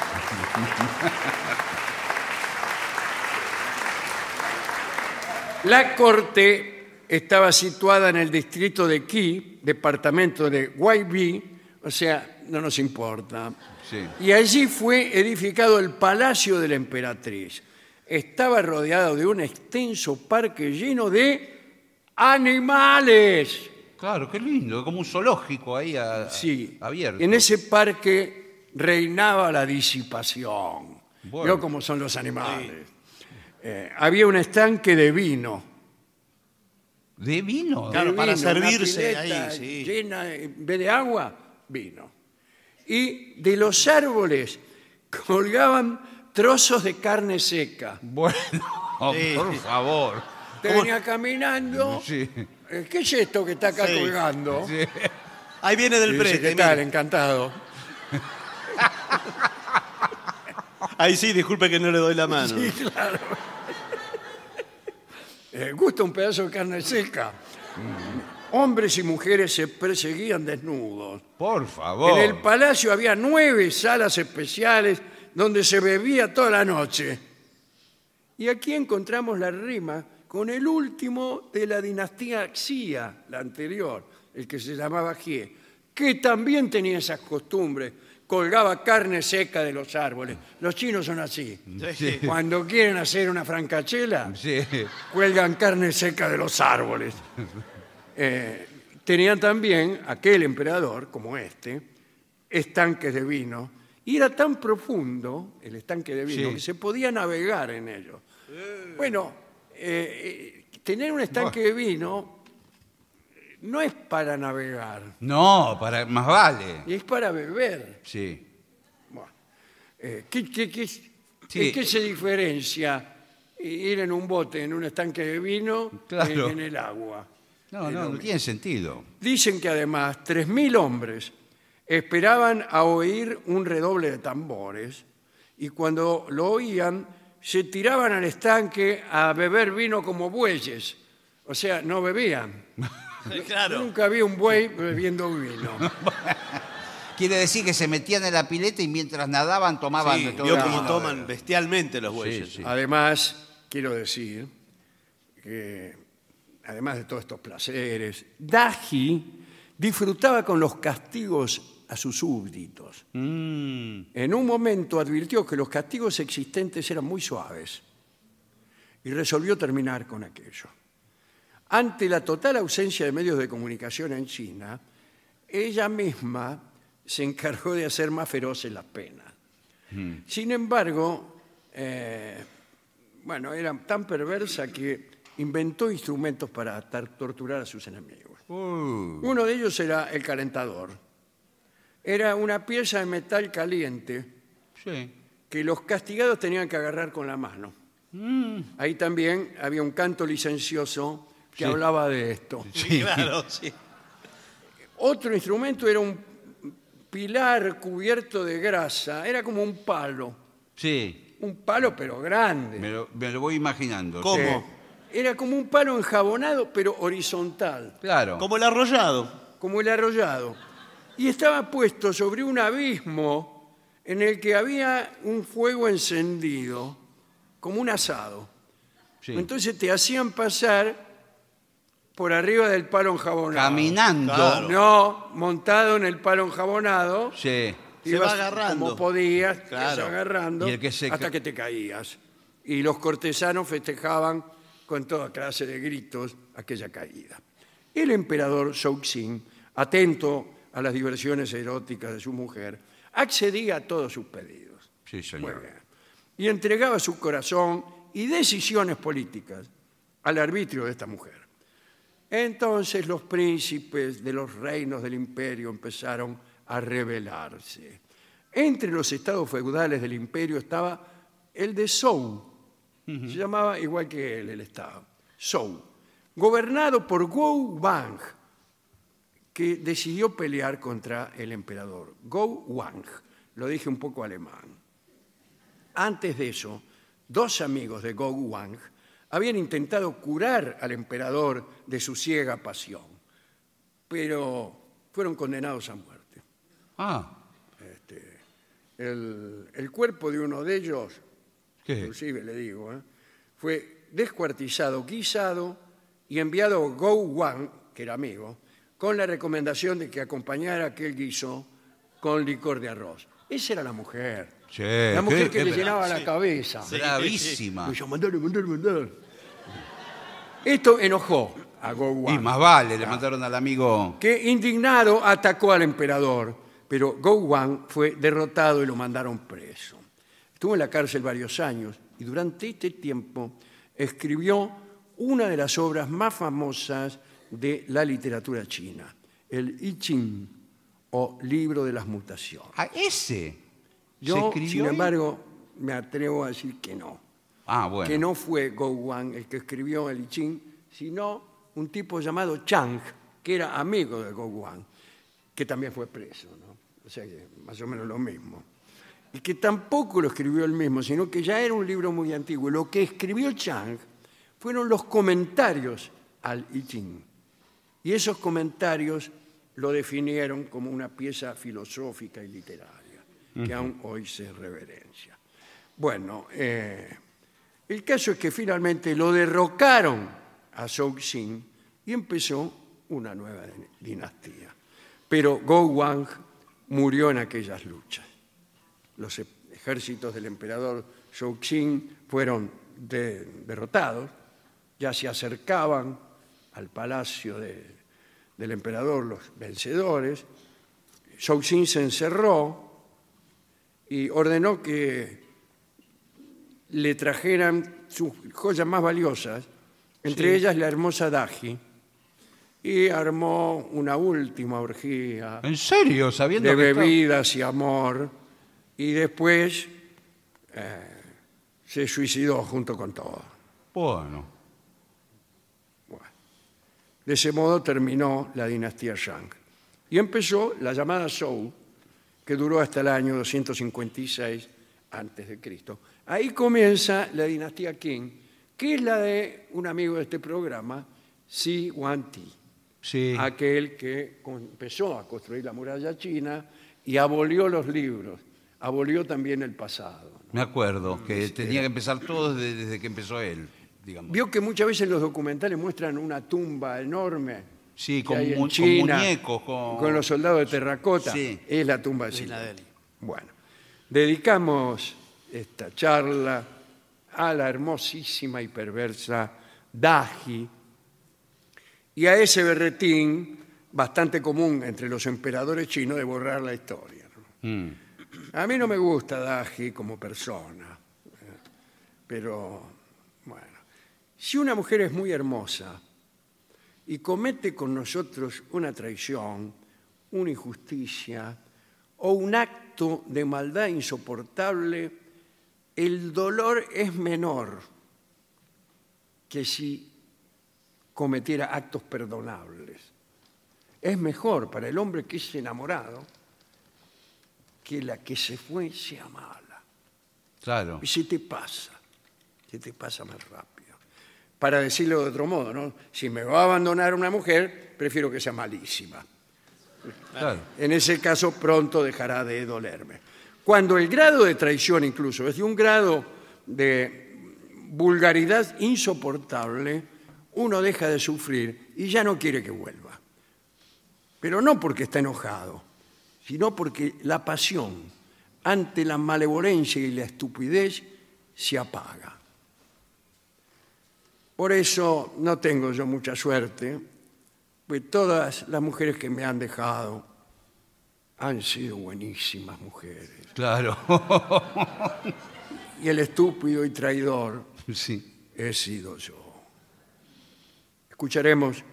[SPEAKER 1] La corte estaba situada en el distrito de Key, departamento de Guaybí, o sea, no nos importa.
[SPEAKER 3] Sí.
[SPEAKER 1] Y allí fue edificado el Palacio de la Emperatriz. Estaba rodeado de un extenso parque lleno de animales.
[SPEAKER 3] Claro, qué lindo, como un zoológico ahí a-
[SPEAKER 1] Sí.
[SPEAKER 3] abierto.
[SPEAKER 1] En ese parque reinaba la disipación.
[SPEAKER 3] Bueno.
[SPEAKER 1] Vio cómo son los animales. Eh, había un estanque de vino.
[SPEAKER 3] ¿De vino?
[SPEAKER 2] Claro.
[SPEAKER 1] de
[SPEAKER 2] para
[SPEAKER 1] vino, una
[SPEAKER 2] servirse
[SPEAKER 1] pileta
[SPEAKER 2] ahí, sí.
[SPEAKER 1] Llena, de- en vez de agua, vino. Y de los árboles colgaban trozos de carne seca.
[SPEAKER 3] Bueno,
[SPEAKER 2] Sí.
[SPEAKER 3] por favor.
[SPEAKER 1] Te venía caminando.
[SPEAKER 3] Sí.
[SPEAKER 1] eh, ¿Qué es esto que está acá
[SPEAKER 2] Sí.
[SPEAKER 1] colgando?
[SPEAKER 2] Ahí viene
[SPEAKER 1] Y
[SPEAKER 2] del
[SPEAKER 1] dice,
[SPEAKER 2] prete.
[SPEAKER 1] ¿Qué tal?
[SPEAKER 2] mire.
[SPEAKER 1] Encantado.
[SPEAKER 2] Ahí sí, disculpe que no le doy la mano.
[SPEAKER 1] Eh, gusta un pedazo de carne seca. Hombres y mujeres se perseguían desnudos.
[SPEAKER 3] Por favor.
[SPEAKER 1] En el palacio había nueve salas especiales donde se bebía toda la noche. Y aquí encontramos la rima con el último de la dinastía Axia, la anterior, el que se llamaba Gie, que también tenía esas costumbres, colgaba carne seca de los árboles. Los chinos son así.
[SPEAKER 2] Sí.
[SPEAKER 1] Cuando quieren hacer una francachela,
[SPEAKER 3] Sí.
[SPEAKER 1] cuelgan carne seca de los árboles. Eh, tenían también aquel emperador, como este, estanques de vino, y era tan profundo el estanque de vino
[SPEAKER 3] Sí.
[SPEAKER 1] que se podía navegar en ello. Bueno, eh, eh, tener un estanque de vino no es para navegar,
[SPEAKER 3] No, para, más vale.
[SPEAKER 1] es para beber.
[SPEAKER 3] Sí.
[SPEAKER 1] Bueno, eh, ¿qué- qué- qué-
[SPEAKER 3] Sí.
[SPEAKER 1] ¿En qué se diferencia ir en un bote, en un estanque de vino,
[SPEAKER 3] Claro.
[SPEAKER 1] en, en el agua?
[SPEAKER 3] No, no, no tiene sentido.
[SPEAKER 1] Dicen que además 3.000 hombres esperaban a oír un redoble de tambores y cuando lo oían se tiraban al estanque a beber vino como bueyes. O sea, no bebían.
[SPEAKER 2] Claro.
[SPEAKER 1] Nunca vi un buey bebiendo vino.
[SPEAKER 3] Quiere decir que se metían en la pileta y mientras nadaban tomaban
[SPEAKER 2] Sí,
[SPEAKER 3] de todo.
[SPEAKER 2] vio
[SPEAKER 3] el
[SPEAKER 2] cómo
[SPEAKER 3] vino.
[SPEAKER 2] toman bestialmente los bueyes.
[SPEAKER 3] Sí, sí.
[SPEAKER 1] Además, quiero decir que, además de todos estos placeres, Daji disfrutaba con los castigos a sus súbditos.
[SPEAKER 3] Mm,
[SPEAKER 1] En un momento advirtió que los castigos existentes eran muy suaves y resolvió terminar con aquello. Ante la total ausencia de medios de comunicación en China, ella misma se encargó de hacer más feroces las penas. Sin embargo, eh, bueno, era tan perversa que inventó instrumentos para tar- torturar a sus enemigos.
[SPEAKER 3] Uh,
[SPEAKER 1] Uno de ellos era el calentador. Era una pieza de metal caliente
[SPEAKER 3] sí.
[SPEAKER 1] que los castigados tenían que agarrar con la mano.
[SPEAKER 2] Mm.
[SPEAKER 1] Ahí también había un canto licencioso que hablaba de esto.
[SPEAKER 2] Sí, Claro, sí.
[SPEAKER 1] Otro instrumento era un pilar cubierto de grasa, era como un palo,
[SPEAKER 3] Sí.
[SPEAKER 1] un palo pero grande.
[SPEAKER 3] Me lo, me lo voy imaginando.
[SPEAKER 2] ¿Cómo?
[SPEAKER 3] sí.
[SPEAKER 1] Era como un palo enjabonado, pero horizontal,
[SPEAKER 3] Claro.
[SPEAKER 2] Como el arrollado.
[SPEAKER 1] como el arrollado. Y estaba puesto sobre un abismo en el que había un fuego encendido, como un asado.
[SPEAKER 3] Sí.
[SPEAKER 1] Entonces te hacían pasar por arriba del palo enjabonado.
[SPEAKER 3] Caminando.
[SPEAKER 2] Claro.
[SPEAKER 1] No, montado en el palo enjabonado.
[SPEAKER 3] Sí.
[SPEAKER 2] Se
[SPEAKER 1] ibas
[SPEAKER 2] va agarrando.
[SPEAKER 1] Como podías, te
[SPEAKER 2] Claro.
[SPEAKER 1] ibas agarrando
[SPEAKER 3] Y el que se ca-
[SPEAKER 1] hasta que te caías. Y los cortesanos festejaban con toda clase de gritos aquella caída. el emperador Shouxin, atento a las diversiones eróticas de su mujer, accedía a todos sus pedidos.
[SPEAKER 3] Sí,
[SPEAKER 1] Muy
[SPEAKER 3] señor.
[SPEAKER 1] bien. Y entregaba su corazón y decisiones políticas al arbitrio de esta mujer. Entonces los príncipes de los reinos del imperio empezaron a rebelarse. Entre los estados feudales del imperio estaba el de Zhou. Se llamaba igual que él el estado, Zhou, gobernado por Gou Wang, que decidió pelear contra el emperador. Gou Wang, lo dije un poco alemán. Antes de eso, dos amigos de Gou Wang habían intentado curar al emperador de su ciega pasión, pero fueron condenados a muerte.
[SPEAKER 3] Ah,
[SPEAKER 1] El, el cuerpo de uno de ellos,
[SPEAKER 3] ¿qué?
[SPEAKER 1] inclusive le digo, ¿eh? fue descuartizado, guisado y enviado a Gou Wang, que era amigo, con la recomendación de que acompañara aquel guiso con licor de arroz. Esa era la mujer.
[SPEAKER 3] Che,
[SPEAKER 1] la mujer
[SPEAKER 3] qué-
[SPEAKER 1] que
[SPEAKER 3] qué
[SPEAKER 1] le
[SPEAKER 3] bra-
[SPEAKER 1] llenaba la cabeza.
[SPEAKER 3] Bravísima.
[SPEAKER 1] Me dijo, mandale, mandale, mandale. Esto enojó a Gou
[SPEAKER 3] Y
[SPEAKER 1] Wang,
[SPEAKER 3] más vale,
[SPEAKER 1] Ah.
[SPEAKER 3] le mandaron al amigo.
[SPEAKER 1] que indignado atacó al emperador, pero Gou Wang fue derrotado y lo mandaron preso. Estuvo en la cárcel varios años y durante este tiempo escribió una de las obras más famosas de la literatura china, el I Ching o Libro de las Mutaciones.
[SPEAKER 3] ¿A Ah, ese? ¿Se
[SPEAKER 1] Yo,
[SPEAKER 3] escribió
[SPEAKER 1] sin
[SPEAKER 3] ahí?
[SPEAKER 1] embargo, me atrevo a decir que no.
[SPEAKER 3] Ah, bueno.
[SPEAKER 1] que no fue Go Wang el que escribió el I Ching, sino un tipo llamado Chang, que era amigo de Go Wang, que también fue preso, ¿no? O sea que más o menos lo mismo. Y que tampoco lo escribió él mismo, sino que ya era un libro muy antiguo. Lo que escribió Chang fueron los comentarios al I Ching. Y esos comentarios lo definieron como una pieza filosófica y literaria, que aún hoy se reverencia. Bueno, eh, el caso es que finalmente lo derrocaron a Zhou Xin y empezó una nueva dinastía. Pero Go Wang murió en aquellas luchas. Los e- ejércitos del emperador Zhou Xin fueron de- derrotados, ya se acercaban al palacio de- del emperador los vencedores. Zhou Xin se encerró y ordenó que le trajeran sus joyas más valiosas, entre ellas la hermosa Daji, y armó una última orgía
[SPEAKER 3] ¿En serio? Sabiendo
[SPEAKER 1] de
[SPEAKER 3] que estaba-
[SPEAKER 1] bebidas y amor, y después eh, se suicidó junto con todo.
[SPEAKER 3] Bueno.
[SPEAKER 1] De ese modo terminó la dinastía Shang. Y empezó la llamada Zhou, que duró hasta el año 256 antes de Cristo. Ahí comienza la dinastía Qing, que es la de un amigo de este programa, Xi Wanti,
[SPEAKER 3] Sí.
[SPEAKER 1] aquel que con- empezó a construir la muralla china y abolió los libros, abolió también el pasado.
[SPEAKER 3] Me acuerdo que tenía que empezar todo desde, desde que empezó él, digamos.
[SPEAKER 1] Vio que muchas veces los documentales muestran una tumba enorme.
[SPEAKER 3] Sí,
[SPEAKER 1] que
[SPEAKER 3] con,
[SPEAKER 1] hay en
[SPEAKER 3] mu- con
[SPEAKER 1] China,
[SPEAKER 3] muñecos, con...
[SPEAKER 1] los soldados de terracota.
[SPEAKER 3] Sí.
[SPEAKER 1] Es la tumba de
[SPEAKER 2] Es la
[SPEAKER 1] Silva.
[SPEAKER 2] de él.
[SPEAKER 1] Bueno, dedicamos esta charla a la hermosísima y perversa Daji y a ese berretín bastante común entre los emperadores chinos de borrar la historia. ¿no?
[SPEAKER 3] Mm.
[SPEAKER 1] A mí no me gusta Daji como persona, eh, pero bueno, si una mujer es muy hermosa y comete con nosotros una traición, una injusticia o un acto de maldad insoportable, el dolor es menor que si cometiera actos perdonables. Es mejor para el hombre que es enamorado que la que se fue sea mala.
[SPEAKER 3] Claro.
[SPEAKER 1] Y se te pasa, se te pasa más rápido. Para decirlo de otro modo, ¿no? Si me va a abandonar una mujer, prefiero que sea malísima.
[SPEAKER 3] claro.
[SPEAKER 1] En ese caso, pronto dejará de dolerme. Cuando el grado de traición incluso es de un grado de vulgaridad insoportable, uno deja de sufrir y ya no quiere que vuelva. Pero no porque está enojado, sino porque la pasión ante la malevolencia y la estupidez se apaga. Por eso no tengo yo mucha suerte pues todas las mujeres que me han dejado han sido buenísimas mujeres.
[SPEAKER 3] Claro.
[SPEAKER 1] Y el estúpido y traidor
[SPEAKER 3] sí.
[SPEAKER 1] he sido yo. Escucharemos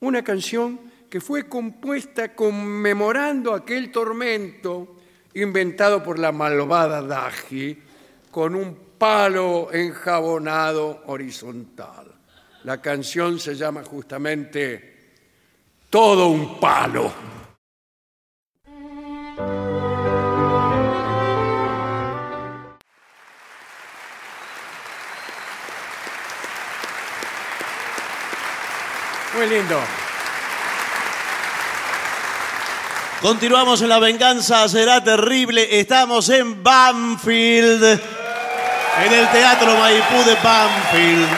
[SPEAKER 1] una canción que fue compuesta conmemorando aquel tormento inventado por la malvada Daji con un palo enjabonado horizontal. La canción se llama justamente Todo un palo. Muy lindo.
[SPEAKER 2] Continuamos en La Venganza Será Terrible. Estamos en Banfield, en el Teatro Maipú de Banfield.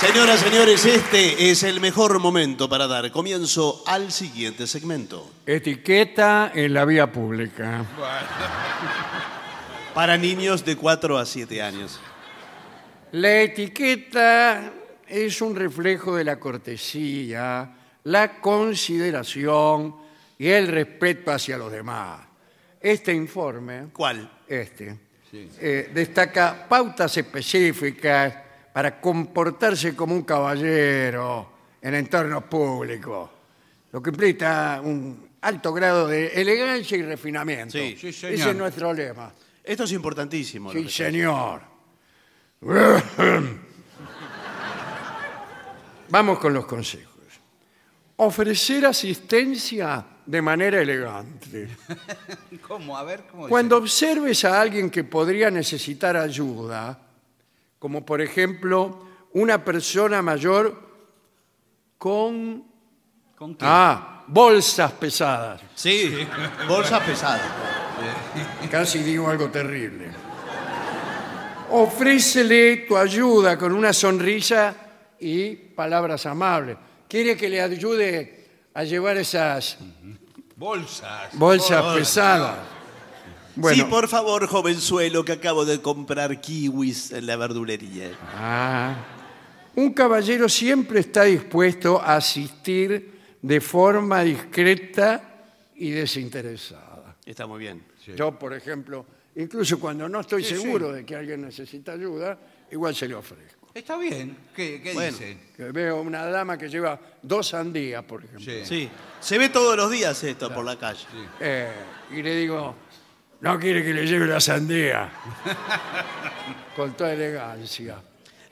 [SPEAKER 2] Señoras, señores, este es el mejor momento para dar comienzo al siguiente segmento.
[SPEAKER 1] Etiqueta en la vía pública.
[SPEAKER 2] Para niños de 4 a 7 años.
[SPEAKER 1] La etiqueta es un reflejo de la cortesía, la consideración y el respeto hacia los demás. Este informe,
[SPEAKER 2] ¿Cuál?
[SPEAKER 1] este, eh, destaca pautas específicas para comportarse como un caballero en entornos públicos, lo que implica un alto grado de elegancia y refinamiento.
[SPEAKER 2] Sí,
[SPEAKER 3] sí, señor.
[SPEAKER 1] Ese es nuestro lema.
[SPEAKER 2] Esto es importantísimo. lo
[SPEAKER 1] Sí,
[SPEAKER 2] que-
[SPEAKER 1] señor. Vamos con los consejos. Ofrecer asistencia de manera elegante.
[SPEAKER 3] ¿Cómo? A ver, ¿cómo
[SPEAKER 1] Cuando observes a alguien que podría necesitar ayuda, como por ejemplo una persona mayor con
[SPEAKER 3] dice? ¿Con quién?
[SPEAKER 1] ah, bolsas pesadas,
[SPEAKER 2] Sí, bolsas pesadas.
[SPEAKER 1] casi digo algo terrible. Ofrécele tu ayuda con una sonrisa y palabras amables. ¿Quiere que le ayude a llevar esas
[SPEAKER 3] Bolsas.
[SPEAKER 1] bolsas pesadas?
[SPEAKER 2] Oh. Sí, por favor, jovenzuelo, que acabo de comprar kiwis en la verdulería.
[SPEAKER 1] Ah. Un caballero siempre está dispuesto a asistir de forma discreta y desinteresada.
[SPEAKER 2] Está muy bien.
[SPEAKER 1] Yo, por ejemplo, incluso cuando no estoy seguro de que alguien necesita ayuda, igual se le ofrezco.
[SPEAKER 3] Oh, Está bien. ¿Qué, qué
[SPEAKER 2] Bueno.
[SPEAKER 3] dice?
[SPEAKER 1] Que veo una dama que lleva dos sandías, por ejemplo,
[SPEAKER 3] Sí.
[SPEAKER 2] Sí. Se ve todos los días esto por la calle.
[SPEAKER 1] eh, y le digo, no quiere que le lleve la sandía, con toda elegancia.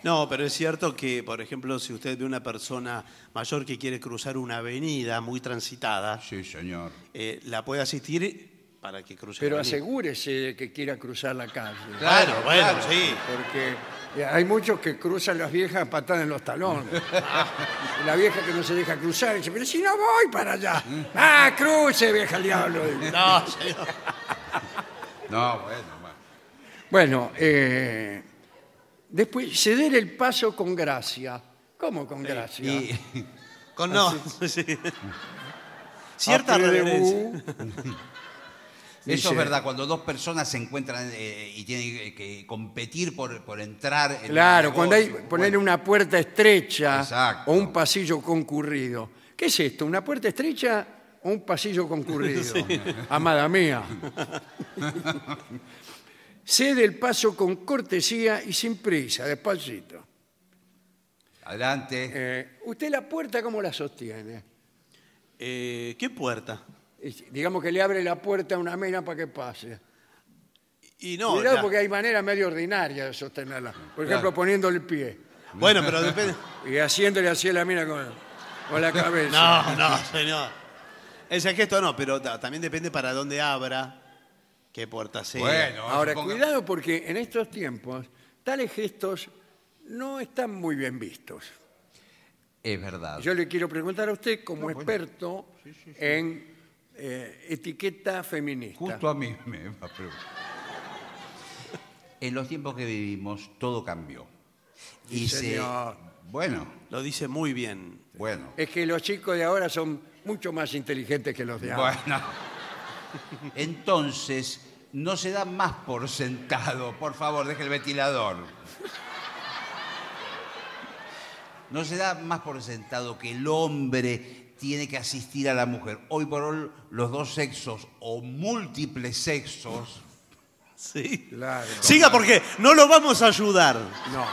[SPEAKER 2] No, pero es cierto que, por ejemplo, si usted ve una persona mayor que quiere cruzar una avenida muy transitada,
[SPEAKER 3] Sí, señor.
[SPEAKER 2] eh, la puede asistir para que cruce.
[SPEAKER 1] Pero
[SPEAKER 2] la avenida.
[SPEAKER 1] asegúrese de que quiera cruzar la calle.
[SPEAKER 2] Claro,
[SPEAKER 3] Claro,
[SPEAKER 2] bueno,
[SPEAKER 3] claro.
[SPEAKER 2] sí.
[SPEAKER 1] Porque eh, hay muchos que cruzan las viejas patadas en los talones. Y la vieja que no se deja cruzar dice, pero si no voy para allá. Ah, cruce, vieja al diablo.
[SPEAKER 2] No, señor.
[SPEAKER 3] No, bueno. bueno.
[SPEAKER 1] Bueno, eh, después ceder el paso con gracia. ¿Cómo con gracia?
[SPEAKER 3] Y,
[SPEAKER 2] Con no. Sí. Cierta
[SPEAKER 1] Apre de
[SPEAKER 2] reverencia.
[SPEAKER 1] bu.
[SPEAKER 3] Eso
[SPEAKER 1] Dice-
[SPEAKER 3] es verdad, cuando dos personas se encuentran eh, y tienen que competir por, por entrar en
[SPEAKER 1] Claro,
[SPEAKER 3] un
[SPEAKER 1] cuando hay
[SPEAKER 3] negocio,
[SPEAKER 1] poner
[SPEAKER 3] bueno.
[SPEAKER 1] una puerta estrecha
[SPEAKER 3] Exacto.
[SPEAKER 1] o un pasillo concurrido. ¿Qué es esto? ¿Una puerta estrecha o un pasillo concurrido? Amada mía. Cede el paso con cortesía y sin prisa, despacito.
[SPEAKER 3] Adelante.
[SPEAKER 1] Eh, ¿Usted la puerta cómo la sostiene?
[SPEAKER 2] Eh, ¿Qué puerta?
[SPEAKER 1] Es- Digamos que le abre la puerta a una mena para que pase.
[SPEAKER 2] Y no.
[SPEAKER 1] Cuidado
[SPEAKER 2] la-
[SPEAKER 1] porque hay maneras medio ordinarias de sostenerla. Por ejemplo, poniendo el pie
[SPEAKER 2] Bueno, pero depende.
[SPEAKER 1] y haciéndole así a la mina con, con la cabeza.
[SPEAKER 2] No, no, señor. Ese gesto no, pero ta- también depende para dónde abra, qué puerta sea.
[SPEAKER 3] bueno,
[SPEAKER 1] Ahora,
[SPEAKER 3] suponga-
[SPEAKER 1] cuidado porque en estos tiempos tales gestos no están muy bien vistos.
[SPEAKER 3] Es verdad.
[SPEAKER 1] Yo le quiero preguntar a usted como experto en eh, etiqueta feminista.
[SPEAKER 3] Justo a mí me va a preguntar. En los tiempos que vivimos, todo cambió.
[SPEAKER 1] Sí,
[SPEAKER 3] Y se.
[SPEAKER 1] señor.
[SPEAKER 3] Bueno,
[SPEAKER 2] Lo dice muy bien.
[SPEAKER 3] bueno.
[SPEAKER 1] Es que los chicos de ahora son mucho más inteligentes que los de ahora.
[SPEAKER 3] Bueno. Entonces, no se da más por sentado. Por favor, deje el ventilador. No se da más por sentado que el hombre tiene que asistir a la mujer. Hoy por hoy los dos sexos o múltiples sexos
[SPEAKER 2] Sí.
[SPEAKER 1] Claro.
[SPEAKER 2] Siga porque no lo vamos a ayudar.
[SPEAKER 1] No.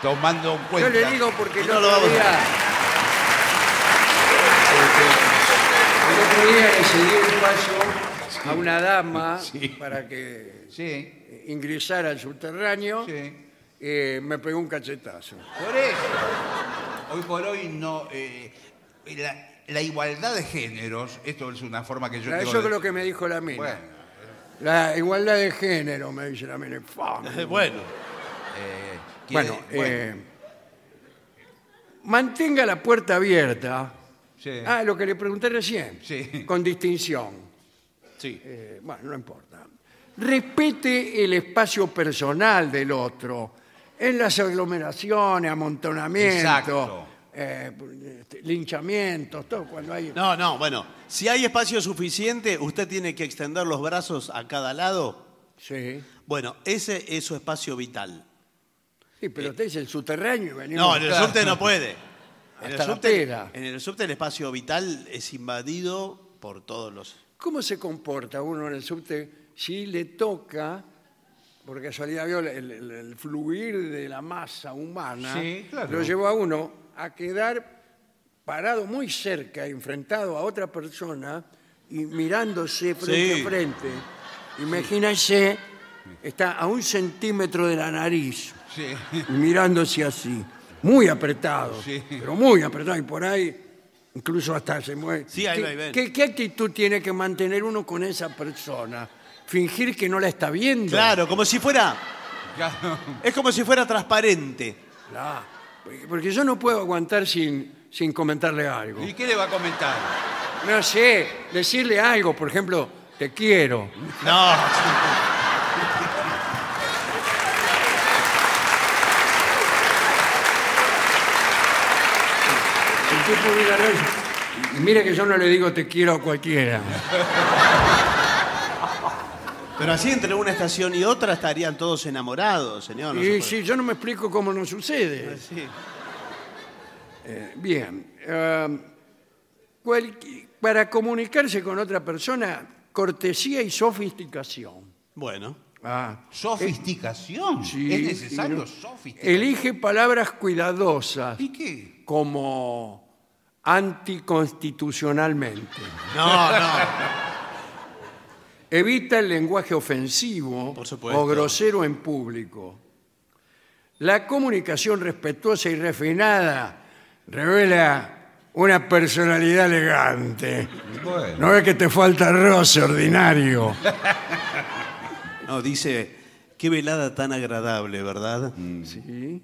[SPEAKER 3] tomando en
[SPEAKER 1] Yo
[SPEAKER 3] cuenta.
[SPEAKER 1] le digo porque el
[SPEAKER 2] No
[SPEAKER 1] otro,
[SPEAKER 2] lo vamos a-
[SPEAKER 1] día, el otro día le cedí el paso a una dama para que eh,
[SPEAKER 3] Sí,
[SPEAKER 1] ingresara al subterráneo.
[SPEAKER 3] Sí.
[SPEAKER 1] eh, me pegó un cachetazo.
[SPEAKER 3] por eso. Hoy por hoy no. eh, la, la igualdad de géneros, esto es una forma que yo
[SPEAKER 1] Eso
[SPEAKER 3] tengo
[SPEAKER 1] es
[SPEAKER 3] de-
[SPEAKER 1] lo Ah, que me dijo la mina.
[SPEAKER 3] Bueno,
[SPEAKER 1] La igualdad de género, me dice la mina. Fua, me
[SPEAKER 2] Bueno.
[SPEAKER 3] eh, quiere-
[SPEAKER 1] Bueno,
[SPEAKER 3] bueno,
[SPEAKER 1] eh, mantenga la puerta abierta.
[SPEAKER 3] sí.
[SPEAKER 1] Ah, lo que le pregunté recién.
[SPEAKER 3] Sí.
[SPEAKER 1] Con distinción.
[SPEAKER 2] Sí.
[SPEAKER 1] Eh, bueno, no importa. Respete el espacio personal del otro. En las aglomeraciones, amontonamientos,
[SPEAKER 3] Exacto.
[SPEAKER 1] eh, este, linchamientos, todo cuando hay.
[SPEAKER 2] No, no, bueno. Si hay espacio suficiente, usted tiene que extender los brazos a cada lado.
[SPEAKER 1] Sí.
[SPEAKER 2] Bueno, ese es su espacio vital.
[SPEAKER 1] Sí, pero usted es el subterráneo y
[SPEAKER 2] Eh, No,
[SPEAKER 1] venimos.
[SPEAKER 2] en el subte no puede. En el
[SPEAKER 1] Hasta la
[SPEAKER 2] subte,
[SPEAKER 1] pera.
[SPEAKER 2] en el subte el espacio vital es invadido por todos los...
[SPEAKER 1] ¿Cómo se comporta uno en el subte si le toca, por casualidad vio el, el- el fluir de la masa humana,
[SPEAKER 3] Sí, claro.
[SPEAKER 1] lo llevó a uno a quedar parado muy cerca, enfrentado a otra persona y mirándose frente
[SPEAKER 2] Sí.
[SPEAKER 1] a frente? Imagínense, está a un centímetro de la nariz
[SPEAKER 3] Sí.
[SPEAKER 1] y mirándose así, muy apretado,
[SPEAKER 3] Sí.
[SPEAKER 1] pero muy apretado y por ahí incluso hasta se mueve.
[SPEAKER 2] Sí, ahí
[SPEAKER 1] ¿Qué-
[SPEAKER 2] va, ahí va.
[SPEAKER 1] ¿qué, qué actitud tiene que mantener uno con esa persona? Fingir que no la está viendo.
[SPEAKER 2] Claro, como si fuera...
[SPEAKER 3] Claro.
[SPEAKER 2] Es como si fuera transparente.
[SPEAKER 1] Ah, porque- Porque yo no puedo aguantar sin, sin comentarle algo.
[SPEAKER 3] ¿Y qué le va a comentar?
[SPEAKER 1] No sé, decirle algo, por ejemplo, te quiero.
[SPEAKER 2] No.
[SPEAKER 1] El tipo hubiera dicho, "Y Mire que yo no le digo te quiero a cualquiera.
[SPEAKER 2] Pero así entre una estación y otra estarían todos enamorados, señor. no
[SPEAKER 1] y
[SPEAKER 2] se
[SPEAKER 1] si yo no me explico cómo no sucede.
[SPEAKER 2] puede. Sí.
[SPEAKER 1] Bien. eh, cualqui- para comunicarse con otra persona, cortesía y sofisticación.
[SPEAKER 2] Bueno.
[SPEAKER 1] Ah,
[SPEAKER 3] Sofisticación.
[SPEAKER 1] Eh, Sí,
[SPEAKER 3] es necesario
[SPEAKER 1] y no-
[SPEAKER 3] sofisticación.
[SPEAKER 1] Elige palabras cuidadosas
[SPEAKER 3] ¿Y qué?
[SPEAKER 1] como anticonstitucionalmente.
[SPEAKER 2] No, no.
[SPEAKER 1] Evita el lenguaje ofensivo
[SPEAKER 2] Por supuesto.
[SPEAKER 1] o grosero en público. La comunicación respetuosa y refinada revela una personalidad elegante.
[SPEAKER 3] Bueno.
[SPEAKER 1] No es que te falta roce ordinario.
[SPEAKER 2] No, dice, qué velada tan agradable, ¿verdad?
[SPEAKER 1] Mm. Sí.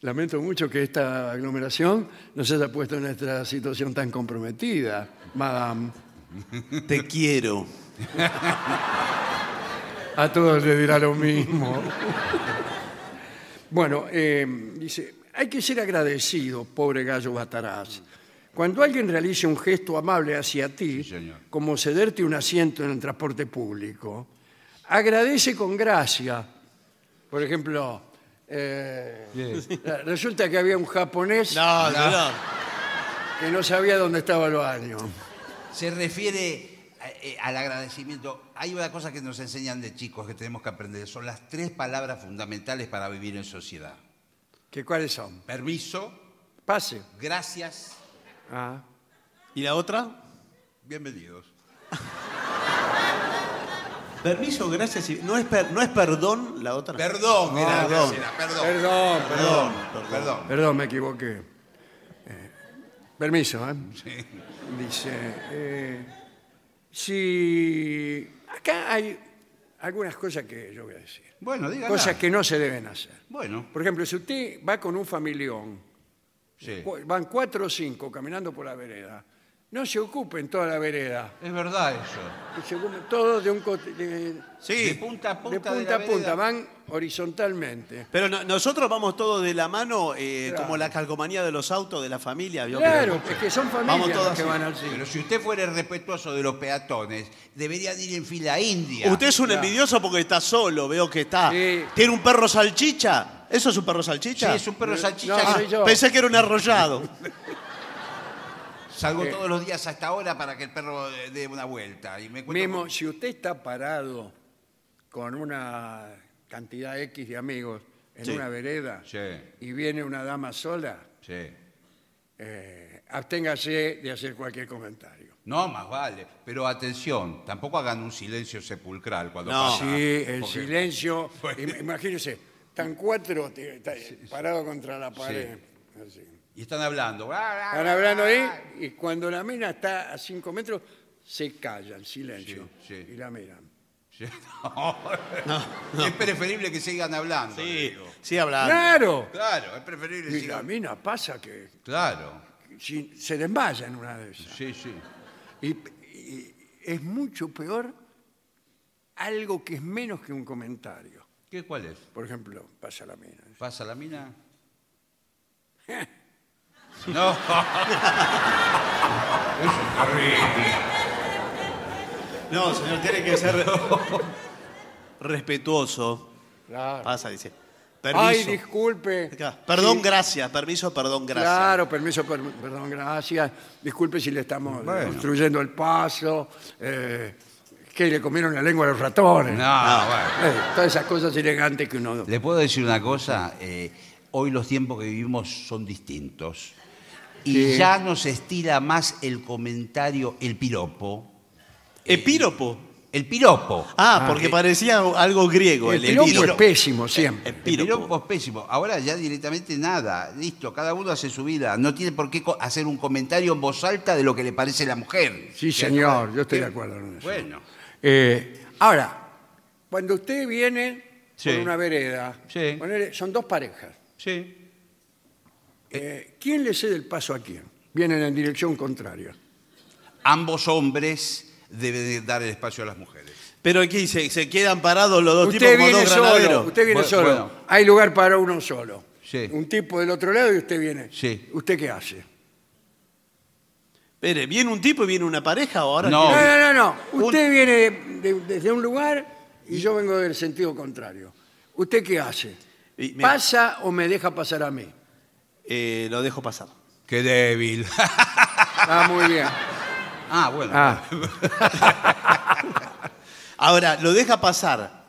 [SPEAKER 1] Lamento mucho que esta aglomeración nos haya puesto en esta situación tan comprometida, madame.
[SPEAKER 2] Te quiero.
[SPEAKER 1] A todos les dirá lo mismo. bueno, eh, dice, hay que ser agradecido, pobre gallo Bataraz. Cuando alguien realice un gesto amable hacia ti,
[SPEAKER 3] señor.
[SPEAKER 1] como cederte un asiento en el transporte público, agradece con gracia. Por ejemplo, eh, resulta que había un japonés
[SPEAKER 2] No, no, no.
[SPEAKER 1] que no sabía dónde estaba el baño.
[SPEAKER 3] Se refiere a- eh, al agradecimiento. Hay una cosa que nos enseñan de chicos que tenemos que aprender. Son las tres palabras fundamentales para vivir en sociedad.
[SPEAKER 1] ¿Qué cuáles son?
[SPEAKER 3] Permiso,
[SPEAKER 1] Pase.
[SPEAKER 3] gracias,
[SPEAKER 1] Ah.
[SPEAKER 2] ¿Y la otra?
[SPEAKER 3] bienvenidos.
[SPEAKER 2] Permiso, gracias. y- ¿No es, per- no es perdón la otra?
[SPEAKER 3] Perdón,
[SPEAKER 2] No,
[SPEAKER 3] era-
[SPEAKER 2] perdón.
[SPEAKER 3] era- perdón.
[SPEAKER 1] Perdón,
[SPEAKER 3] Perdón, perdón.
[SPEAKER 1] Perdón, me equivoqué. Eh, permiso, ¿eh? Dice, eh, si acá hay algunas cosas que yo voy a decir,
[SPEAKER 3] Bueno, diga.
[SPEAKER 1] cosas que no se deben hacer.
[SPEAKER 3] Bueno,
[SPEAKER 1] Por ejemplo, si usted va con un familión,
[SPEAKER 3] sí.
[SPEAKER 1] cu- van cuatro o cinco caminando por la vereda, no se ocupen toda la vereda,
[SPEAKER 3] Es verdad eso.
[SPEAKER 1] se ocupen todos de un co- de, de
[SPEAKER 3] De
[SPEAKER 2] Sí.
[SPEAKER 3] punta a punta. de
[SPEAKER 1] punta
[SPEAKER 3] la
[SPEAKER 1] a punta,
[SPEAKER 3] vereda.
[SPEAKER 1] van horizontalmente.
[SPEAKER 2] Pero no- nosotros vamos todos de la mano, eh,
[SPEAKER 1] Claro.
[SPEAKER 2] como la calcomanía de los autos de la familia. ¿vio?
[SPEAKER 1] Claro, es que son
[SPEAKER 2] Vamos
[SPEAKER 1] familias
[SPEAKER 2] todos
[SPEAKER 1] las que
[SPEAKER 2] así.
[SPEAKER 1] van al cine.
[SPEAKER 3] Pero si usted fuera respetuoso de los peatones, deberían ir en fila india.
[SPEAKER 2] Usted es un envidioso porque está solo, veo que está.
[SPEAKER 1] Sí.
[SPEAKER 2] ¿Tiene un perro salchicha? ¿Eso es un perro
[SPEAKER 3] Sí,
[SPEAKER 2] salchicha?
[SPEAKER 3] es un perro salchicha.
[SPEAKER 1] no,
[SPEAKER 3] que-
[SPEAKER 1] soy yo.
[SPEAKER 2] Pensé que era un arrollado.
[SPEAKER 3] Salgo
[SPEAKER 1] Eh.
[SPEAKER 3] todos los días hasta ahora para que el perro eh, dé una vuelta. Y me encuentro
[SPEAKER 1] Memo,
[SPEAKER 3] con-
[SPEAKER 1] si usted está parado con una cantidad X de amigos en
[SPEAKER 2] Sí.
[SPEAKER 1] una vereda
[SPEAKER 3] Sí.
[SPEAKER 1] y viene una dama sola,
[SPEAKER 3] Sí.
[SPEAKER 1] eh, absténgase de hacer cualquier comentario.
[SPEAKER 3] No, más vale. Pero atención, tampoco hagan un silencio sepulcral cuando
[SPEAKER 2] No.
[SPEAKER 3] pasa.
[SPEAKER 1] Sí, el
[SPEAKER 3] Ah, Porque-
[SPEAKER 1] silencio.
[SPEAKER 3] Bueno.
[SPEAKER 1] im- Imagínese, están cuatro t- t- parados contra la pared. así.
[SPEAKER 3] Y están hablando.
[SPEAKER 1] Están hablando ahí y cuando la mina está a cinco metros, se calla el silencio
[SPEAKER 3] Sí, sí.
[SPEAKER 1] y la miran.
[SPEAKER 3] Sí, no. Es preferible que sigan hablando. le
[SPEAKER 2] Sí,
[SPEAKER 3] digo.
[SPEAKER 2] sí hablando.
[SPEAKER 1] ¡Claro!
[SPEAKER 3] Claro, es preferible que
[SPEAKER 1] Y la
[SPEAKER 3] sigan.
[SPEAKER 1] mina pasa que
[SPEAKER 3] Claro.
[SPEAKER 1] si- se desmaya en una de esas.
[SPEAKER 3] Sí, sí.
[SPEAKER 1] Y, y es mucho peor algo que es menos que un comentario.
[SPEAKER 3] ¿Qué cuál es?
[SPEAKER 1] Por ejemplo, pasa la mina.
[SPEAKER 3] ¿Pasa la mina? no. Eso es terrible.
[SPEAKER 2] No, señor, tiene que ser respetuoso.
[SPEAKER 3] Ah,
[SPEAKER 2] Pasa, dice. Permiso.
[SPEAKER 1] Ay, disculpe.
[SPEAKER 2] Acá. Perdón,
[SPEAKER 1] Sí,
[SPEAKER 2] gracias. Permiso, perdón, gracias.
[SPEAKER 1] Claro, permiso, per- perdón, gracias. Disculpe si le estamos
[SPEAKER 3] Bueno.
[SPEAKER 1] obstruyendo el paso. eh, que le comieron la lengua a los ratones.
[SPEAKER 3] No, bueno.
[SPEAKER 1] Eh, todas esas cosas elegantes que uno.
[SPEAKER 3] Le puedo decir una cosa, Eh, hoy los tiempos que vivimos son distintos y
[SPEAKER 1] Sí.
[SPEAKER 3] ya nos estira más el comentario, el piropo.
[SPEAKER 2] Epíropo.
[SPEAKER 3] El piropo.
[SPEAKER 2] Ah, porque parecía algo griego.
[SPEAKER 1] El
[SPEAKER 2] El,
[SPEAKER 1] piropo es
[SPEAKER 2] epíropo.
[SPEAKER 1] pésimo siempre.
[SPEAKER 3] El piropo
[SPEAKER 2] Epíropo.
[SPEAKER 3] es pésimo. Ahora ya directamente nada. Listo, cada uno hace su vida. No tiene por qué co- hacer un comentario en voz alta de lo que le parece la mujer.
[SPEAKER 1] Sí, señor, yo estoy de acuerdo con eso.
[SPEAKER 3] Bueno,
[SPEAKER 1] Eh, ahora, cuando usted viene
[SPEAKER 3] Sí.
[SPEAKER 1] por una vereda,
[SPEAKER 3] Sí.
[SPEAKER 1] ponele- son dos parejas.
[SPEAKER 3] sí.
[SPEAKER 1] Eh, ¿Quién le cede el paso a quién? Vienen en dirección contraria.
[SPEAKER 3] Ambos hombres deben dar el espacio a las mujeres.
[SPEAKER 2] Pero aquí se, se quedan parados los dos tipos
[SPEAKER 1] Usted
[SPEAKER 2] como
[SPEAKER 1] viene
[SPEAKER 2] dos
[SPEAKER 1] solo,
[SPEAKER 2] granaderos.
[SPEAKER 1] usted viene
[SPEAKER 3] Bueno,
[SPEAKER 1] solo.
[SPEAKER 3] bueno.
[SPEAKER 1] Hay lugar para uno solo.
[SPEAKER 3] Sí.
[SPEAKER 1] Un tipo del otro lado y usted viene.
[SPEAKER 3] Sí.
[SPEAKER 1] ¿Usted qué hace?
[SPEAKER 2] Espere, viene un tipo y viene una pareja o ahora.
[SPEAKER 3] No.
[SPEAKER 1] No,
[SPEAKER 3] Obvio.
[SPEAKER 1] no, no, no. Usted viene de- de- desde un lugar y yo vengo del sentido contrario. ¿Usted qué hace?
[SPEAKER 2] Y me-
[SPEAKER 1] ¿Pasa o me deja pasar a mí?
[SPEAKER 2] Eh, lo dejo pasar.
[SPEAKER 3] Qué débil.
[SPEAKER 1] Ah, muy bien.
[SPEAKER 3] ah, bueno.
[SPEAKER 1] Ah,
[SPEAKER 2] Ahora, ¿lo deja pasar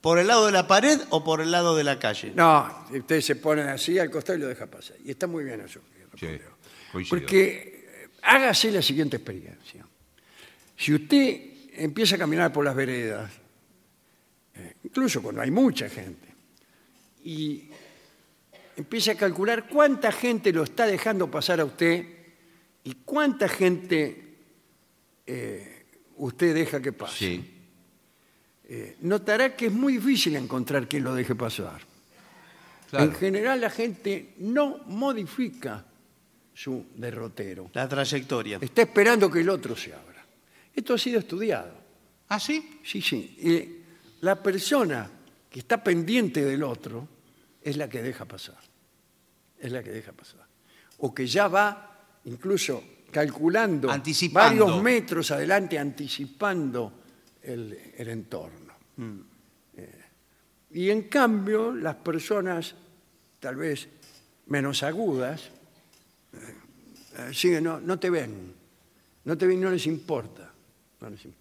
[SPEAKER 2] por el lado de la pared o por el lado de la calle?
[SPEAKER 1] no, usted se pone así al costado y lo deja pasar. Y está muy bien eso. que
[SPEAKER 3] Sí,
[SPEAKER 1] respondió.
[SPEAKER 3] coincido.
[SPEAKER 1] Porque eh, hágase la siguiente experiencia. Si usted empieza a caminar por las veredas, eh, incluso cuando hay mucha gente, y empieza a calcular cuánta gente lo está dejando pasar a usted y cuánta gente eh, usted deja que pase.
[SPEAKER 3] Sí.
[SPEAKER 1] notará que es muy difícil encontrar quien lo deje pasar.
[SPEAKER 3] Claro.
[SPEAKER 1] En general la gente no modifica su derrotero.
[SPEAKER 2] La trayectoria.
[SPEAKER 1] Está esperando que el otro se abra. Esto ha sido estudiado.
[SPEAKER 3] ¿Ah, sí?
[SPEAKER 1] Sí, sí. Y la persona que está pendiente del otro es la que deja pasar. Es la que deja pasar. O que ya va incluso calculando
[SPEAKER 3] Anticipando.
[SPEAKER 1] varios metros adelante, anticipando el, el entorno.
[SPEAKER 3] Mm.
[SPEAKER 1] Eh, y en cambio, las personas tal vez menos agudas eh, eh, siguen, no, no te ven. No te ven, no les importa. No les importa.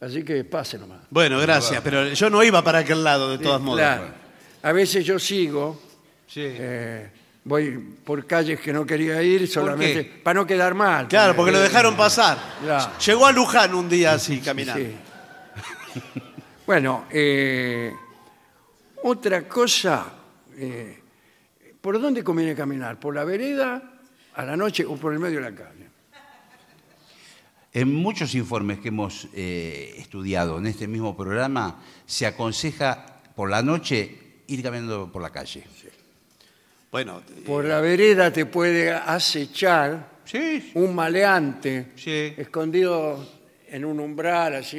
[SPEAKER 1] Así que pase nomás.
[SPEAKER 2] Bueno, gracias, pero yo no iba para aquel lado de todas modas. pues.
[SPEAKER 1] Claro. A veces yo sigo,
[SPEAKER 3] Sí.
[SPEAKER 1] eh, voy por calles que no quería ir solamente
[SPEAKER 3] qué?
[SPEAKER 1] para no quedar mal.
[SPEAKER 2] Claro, porque lo dejaron pasar.
[SPEAKER 1] Claro.
[SPEAKER 2] Llegó a Luján un día así, caminando.
[SPEAKER 1] Sí. bueno, eh, otra cosa, eh, ¿por dónde conviene caminar? ¿Por la vereda, a la noche o por el medio de la calle?
[SPEAKER 3] En muchos informes que hemos eh, estudiado en este mismo programa, se aconseja por la noche ir caminando por la calle.
[SPEAKER 2] Bueno,
[SPEAKER 1] Por la vereda te puede acechar
[SPEAKER 3] Sí.
[SPEAKER 1] un maleante
[SPEAKER 3] Sí.
[SPEAKER 1] escondido en un umbral así.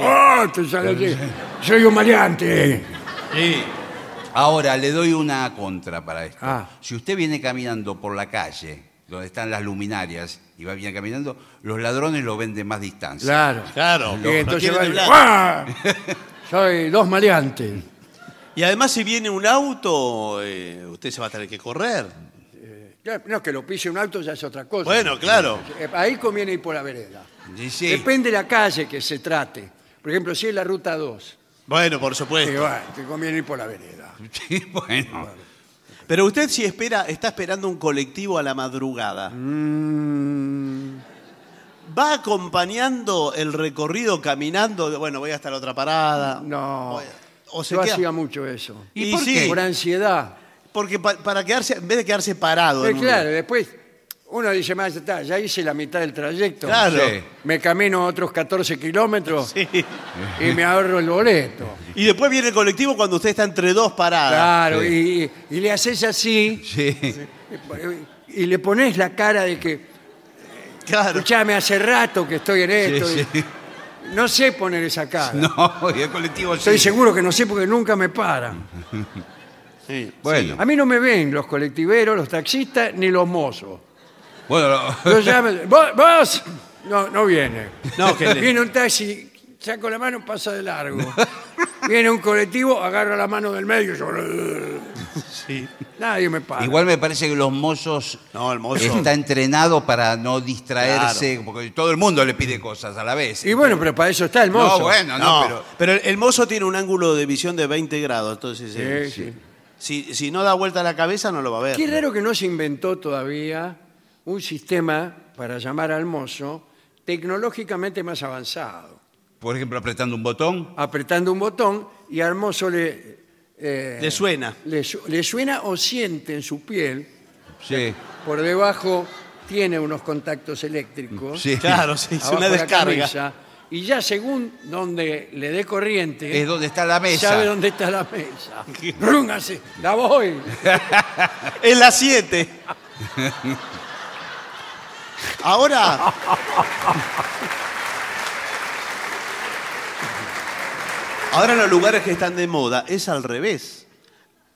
[SPEAKER 1] ¡Ah! Te sale así. Soy un maleante.
[SPEAKER 2] eh,
[SPEAKER 3] Ahora, le doy una contra para esto.
[SPEAKER 1] Ah.
[SPEAKER 3] Si usted viene caminando por la calle, donde están las luminarias, y va bien caminando, los ladrones lo ven de más distancia.
[SPEAKER 1] Claro.
[SPEAKER 2] claro.
[SPEAKER 1] Y
[SPEAKER 2] no
[SPEAKER 1] entonces
[SPEAKER 2] quiere
[SPEAKER 1] va y-
[SPEAKER 2] doblar.
[SPEAKER 1] ¡Ah! Soy dos maleantes.
[SPEAKER 2] Y además, si viene un auto, eh, usted se va a tener que correr.
[SPEAKER 1] Ya, No, que lo pise un auto ya es otra cosa.
[SPEAKER 2] Bueno, claro.
[SPEAKER 1] Eh, Ahí conviene ir por la vereda.
[SPEAKER 3] Y sí.
[SPEAKER 1] Depende de la calle que se trate. Por ejemplo, si es la ruta 2,
[SPEAKER 2] Bueno, por
[SPEAKER 1] eh,
[SPEAKER 2] supuesto.
[SPEAKER 1] bueno, te conviene ir por la vereda.
[SPEAKER 3] Sí, bueno.
[SPEAKER 2] Pero usted si espera, está esperando un colectivo a la madrugada. Mm. Va acompañando el recorrido caminando, de, bueno, voy hasta la otra parada.
[SPEAKER 1] No,
[SPEAKER 2] O se
[SPEAKER 1] yo
[SPEAKER 2] queda-
[SPEAKER 1] hacía mucho eso.
[SPEAKER 3] ¿Y
[SPEAKER 2] Y
[SPEAKER 3] por
[SPEAKER 2] sí.
[SPEAKER 3] qué?
[SPEAKER 1] Por ansiedad.
[SPEAKER 2] Porque pa- para quedarse, en vez de quedarse parado.
[SPEAKER 1] Eh,
[SPEAKER 2] en un-
[SPEAKER 1] claro, después uno dice, más, ya, está, ya hice la mitad del trayecto.
[SPEAKER 2] Claro.
[SPEAKER 3] Sí.
[SPEAKER 1] Me camino otros 14 kilómetros
[SPEAKER 2] Sí.
[SPEAKER 1] y me ahorro el boleto.
[SPEAKER 2] Y después viene el colectivo cuando usted está entre dos
[SPEAKER 3] Ah,
[SPEAKER 2] paradas.
[SPEAKER 1] Claro, y, y le haces así
[SPEAKER 3] Sí.
[SPEAKER 1] y le pones la cara de que,
[SPEAKER 2] Claro.
[SPEAKER 1] escuchame, hace rato que estoy en esto.
[SPEAKER 3] Sí, sí.
[SPEAKER 1] No sé poner esa cara.
[SPEAKER 3] No, y el colectivo sí.
[SPEAKER 1] Estoy seguro que no sé porque nunca me paran.
[SPEAKER 2] Sí.
[SPEAKER 3] Bueno,
[SPEAKER 1] A mí no me ven los colectiveros, los taxistas, ni los mozos.
[SPEAKER 3] bueno, lo-
[SPEAKER 1] Yo ya me- ¿Vos? vos?". No, no viene.
[SPEAKER 2] No, que le-
[SPEAKER 1] Viene un taxi, saco la mano, pasa de largo. Viene un colectivo, agarro la mano del medio. Yo... Nadie me para.
[SPEAKER 3] igual me parece que los mozos
[SPEAKER 2] No, el mozo.
[SPEAKER 3] está entrenado para no distraerse, porque todo el mundo le pide cosas a la vez.
[SPEAKER 1] Y bueno, pero para eso está el mozo.
[SPEAKER 3] no, bueno,
[SPEAKER 2] No,
[SPEAKER 3] no, pero
[SPEAKER 2] pero... el- el mozo tiene un ángulo de visión de 20 grados, entonces eh,
[SPEAKER 1] Sí, sí.
[SPEAKER 2] Si, si no da vuelta la cabeza no lo va a ver.
[SPEAKER 1] Qué raro que no se inventó todavía un sistema para llamar al mozo tecnológicamente más avanzado.
[SPEAKER 3] por ejemplo, apretando un botón.
[SPEAKER 1] Apretando un botón y al mozo le... eh,
[SPEAKER 2] Le suena.
[SPEAKER 1] le su- le suena o siente en su piel
[SPEAKER 3] Sí,
[SPEAKER 1] por debajo tiene unos contactos eléctricos.
[SPEAKER 3] sí.
[SPEAKER 2] Claro, sí, es
[SPEAKER 1] abajo
[SPEAKER 2] una
[SPEAKER 1] de la
[SPEAKER 2] descarga.
[SPEAKER 1] camisa, y ya según donde le dé corriente,
[SPEAKER 3] Es donde está la mesa.
[SPEAKER 1] sabe dónde está la mesa. Brum, así, la voy.
[SPEAKER 2] Es la 7. Ahora. Ahora los lugares que están de moda es al revés.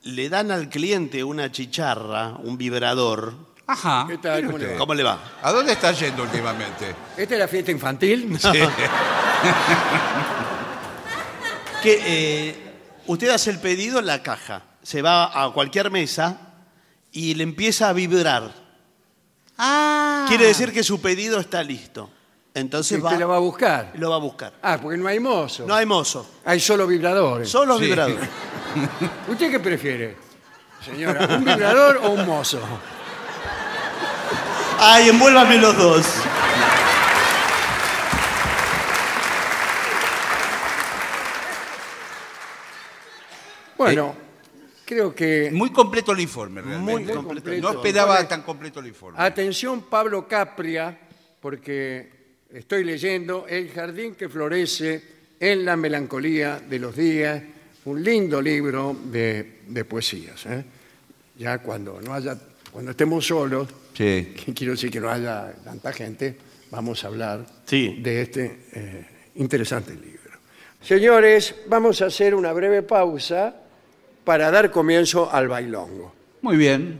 [SPEAKER 2] Le dan al cliente una chicharra, un vibrador.
[SPEAKER 3] Ajá.
[SPEAKER 1] ¿Qué tal?
[SPEAKER 3] mire
[SPEAKER 1] ¿Cómo le
[SPEAKER 3] usted.
[SPEAKER 1] va?
[SPEAKER 2] ¿Cómo le va?
[SPEAKER 3] ¿A dónde está yendo últimamente?
[SPEAKER 1] ¿Esta es la fiesta infantil? Este
[SPEAKER 2] Que eh, usted hace el pedido en la caja, se va a cualquier mesa y le empieza a vibrar.
[SPEAKER 3] Ah.
[SPEAKER 2] Quiere decir que su pedido está listo. Entonces
[SPEAKER 1] ¿Usted
[SPEAKER 2] va,
[SPEAKER 1] la va a buscar?
[SPEAKER 2] lo va a buscar.
[SPEAKER 1] Ah, porque no hay mozo.
[SPEAKER 2] No hay mozo.
[SPEAKER 1] Hay solo vibradores.
[SPEAKER 2] Son los
[SPEAKER 3] Sí.
[SPEAKER 2] vibradores.
[SPEAKER 1] ¿Usted qué prefiere? Señora, ¿un vibrador o un mozo?
[SPEAKER 2] Ay, envuélvame los dos.
[SPEAKER 1] Bueno,
[SPEAKER 2] Eh.
[SPEAKER 1] creo que
[SPEAKER 3] Muy completo el informe,
[SPEAKER 2] Muy
[SPEAKER 3] realmente.
[SPEAKER 2] completo.
[SPEAKER 3] No esperaba tan completo el informe.
[SPEAKER 1] Atención Pablo Capria, porque estoy leyendo El jardín que florece en la melancolía de los días, un lindo libro de, de poesías. ¿eh? Ya cuando no haya, cuando estemos solos,
[SPEAKER 3] Sí.
[SPEAKER 1] que quiero decir que no haya tanta gente, vamos a hablar
[SPEAKER 2] Sí.
[SPEAKER 1] de este eh, interesante libro. Señores, vamos a hacer una breve pausa para dar comienzo al bailongo.
[SPEAKER 3] Muy bien.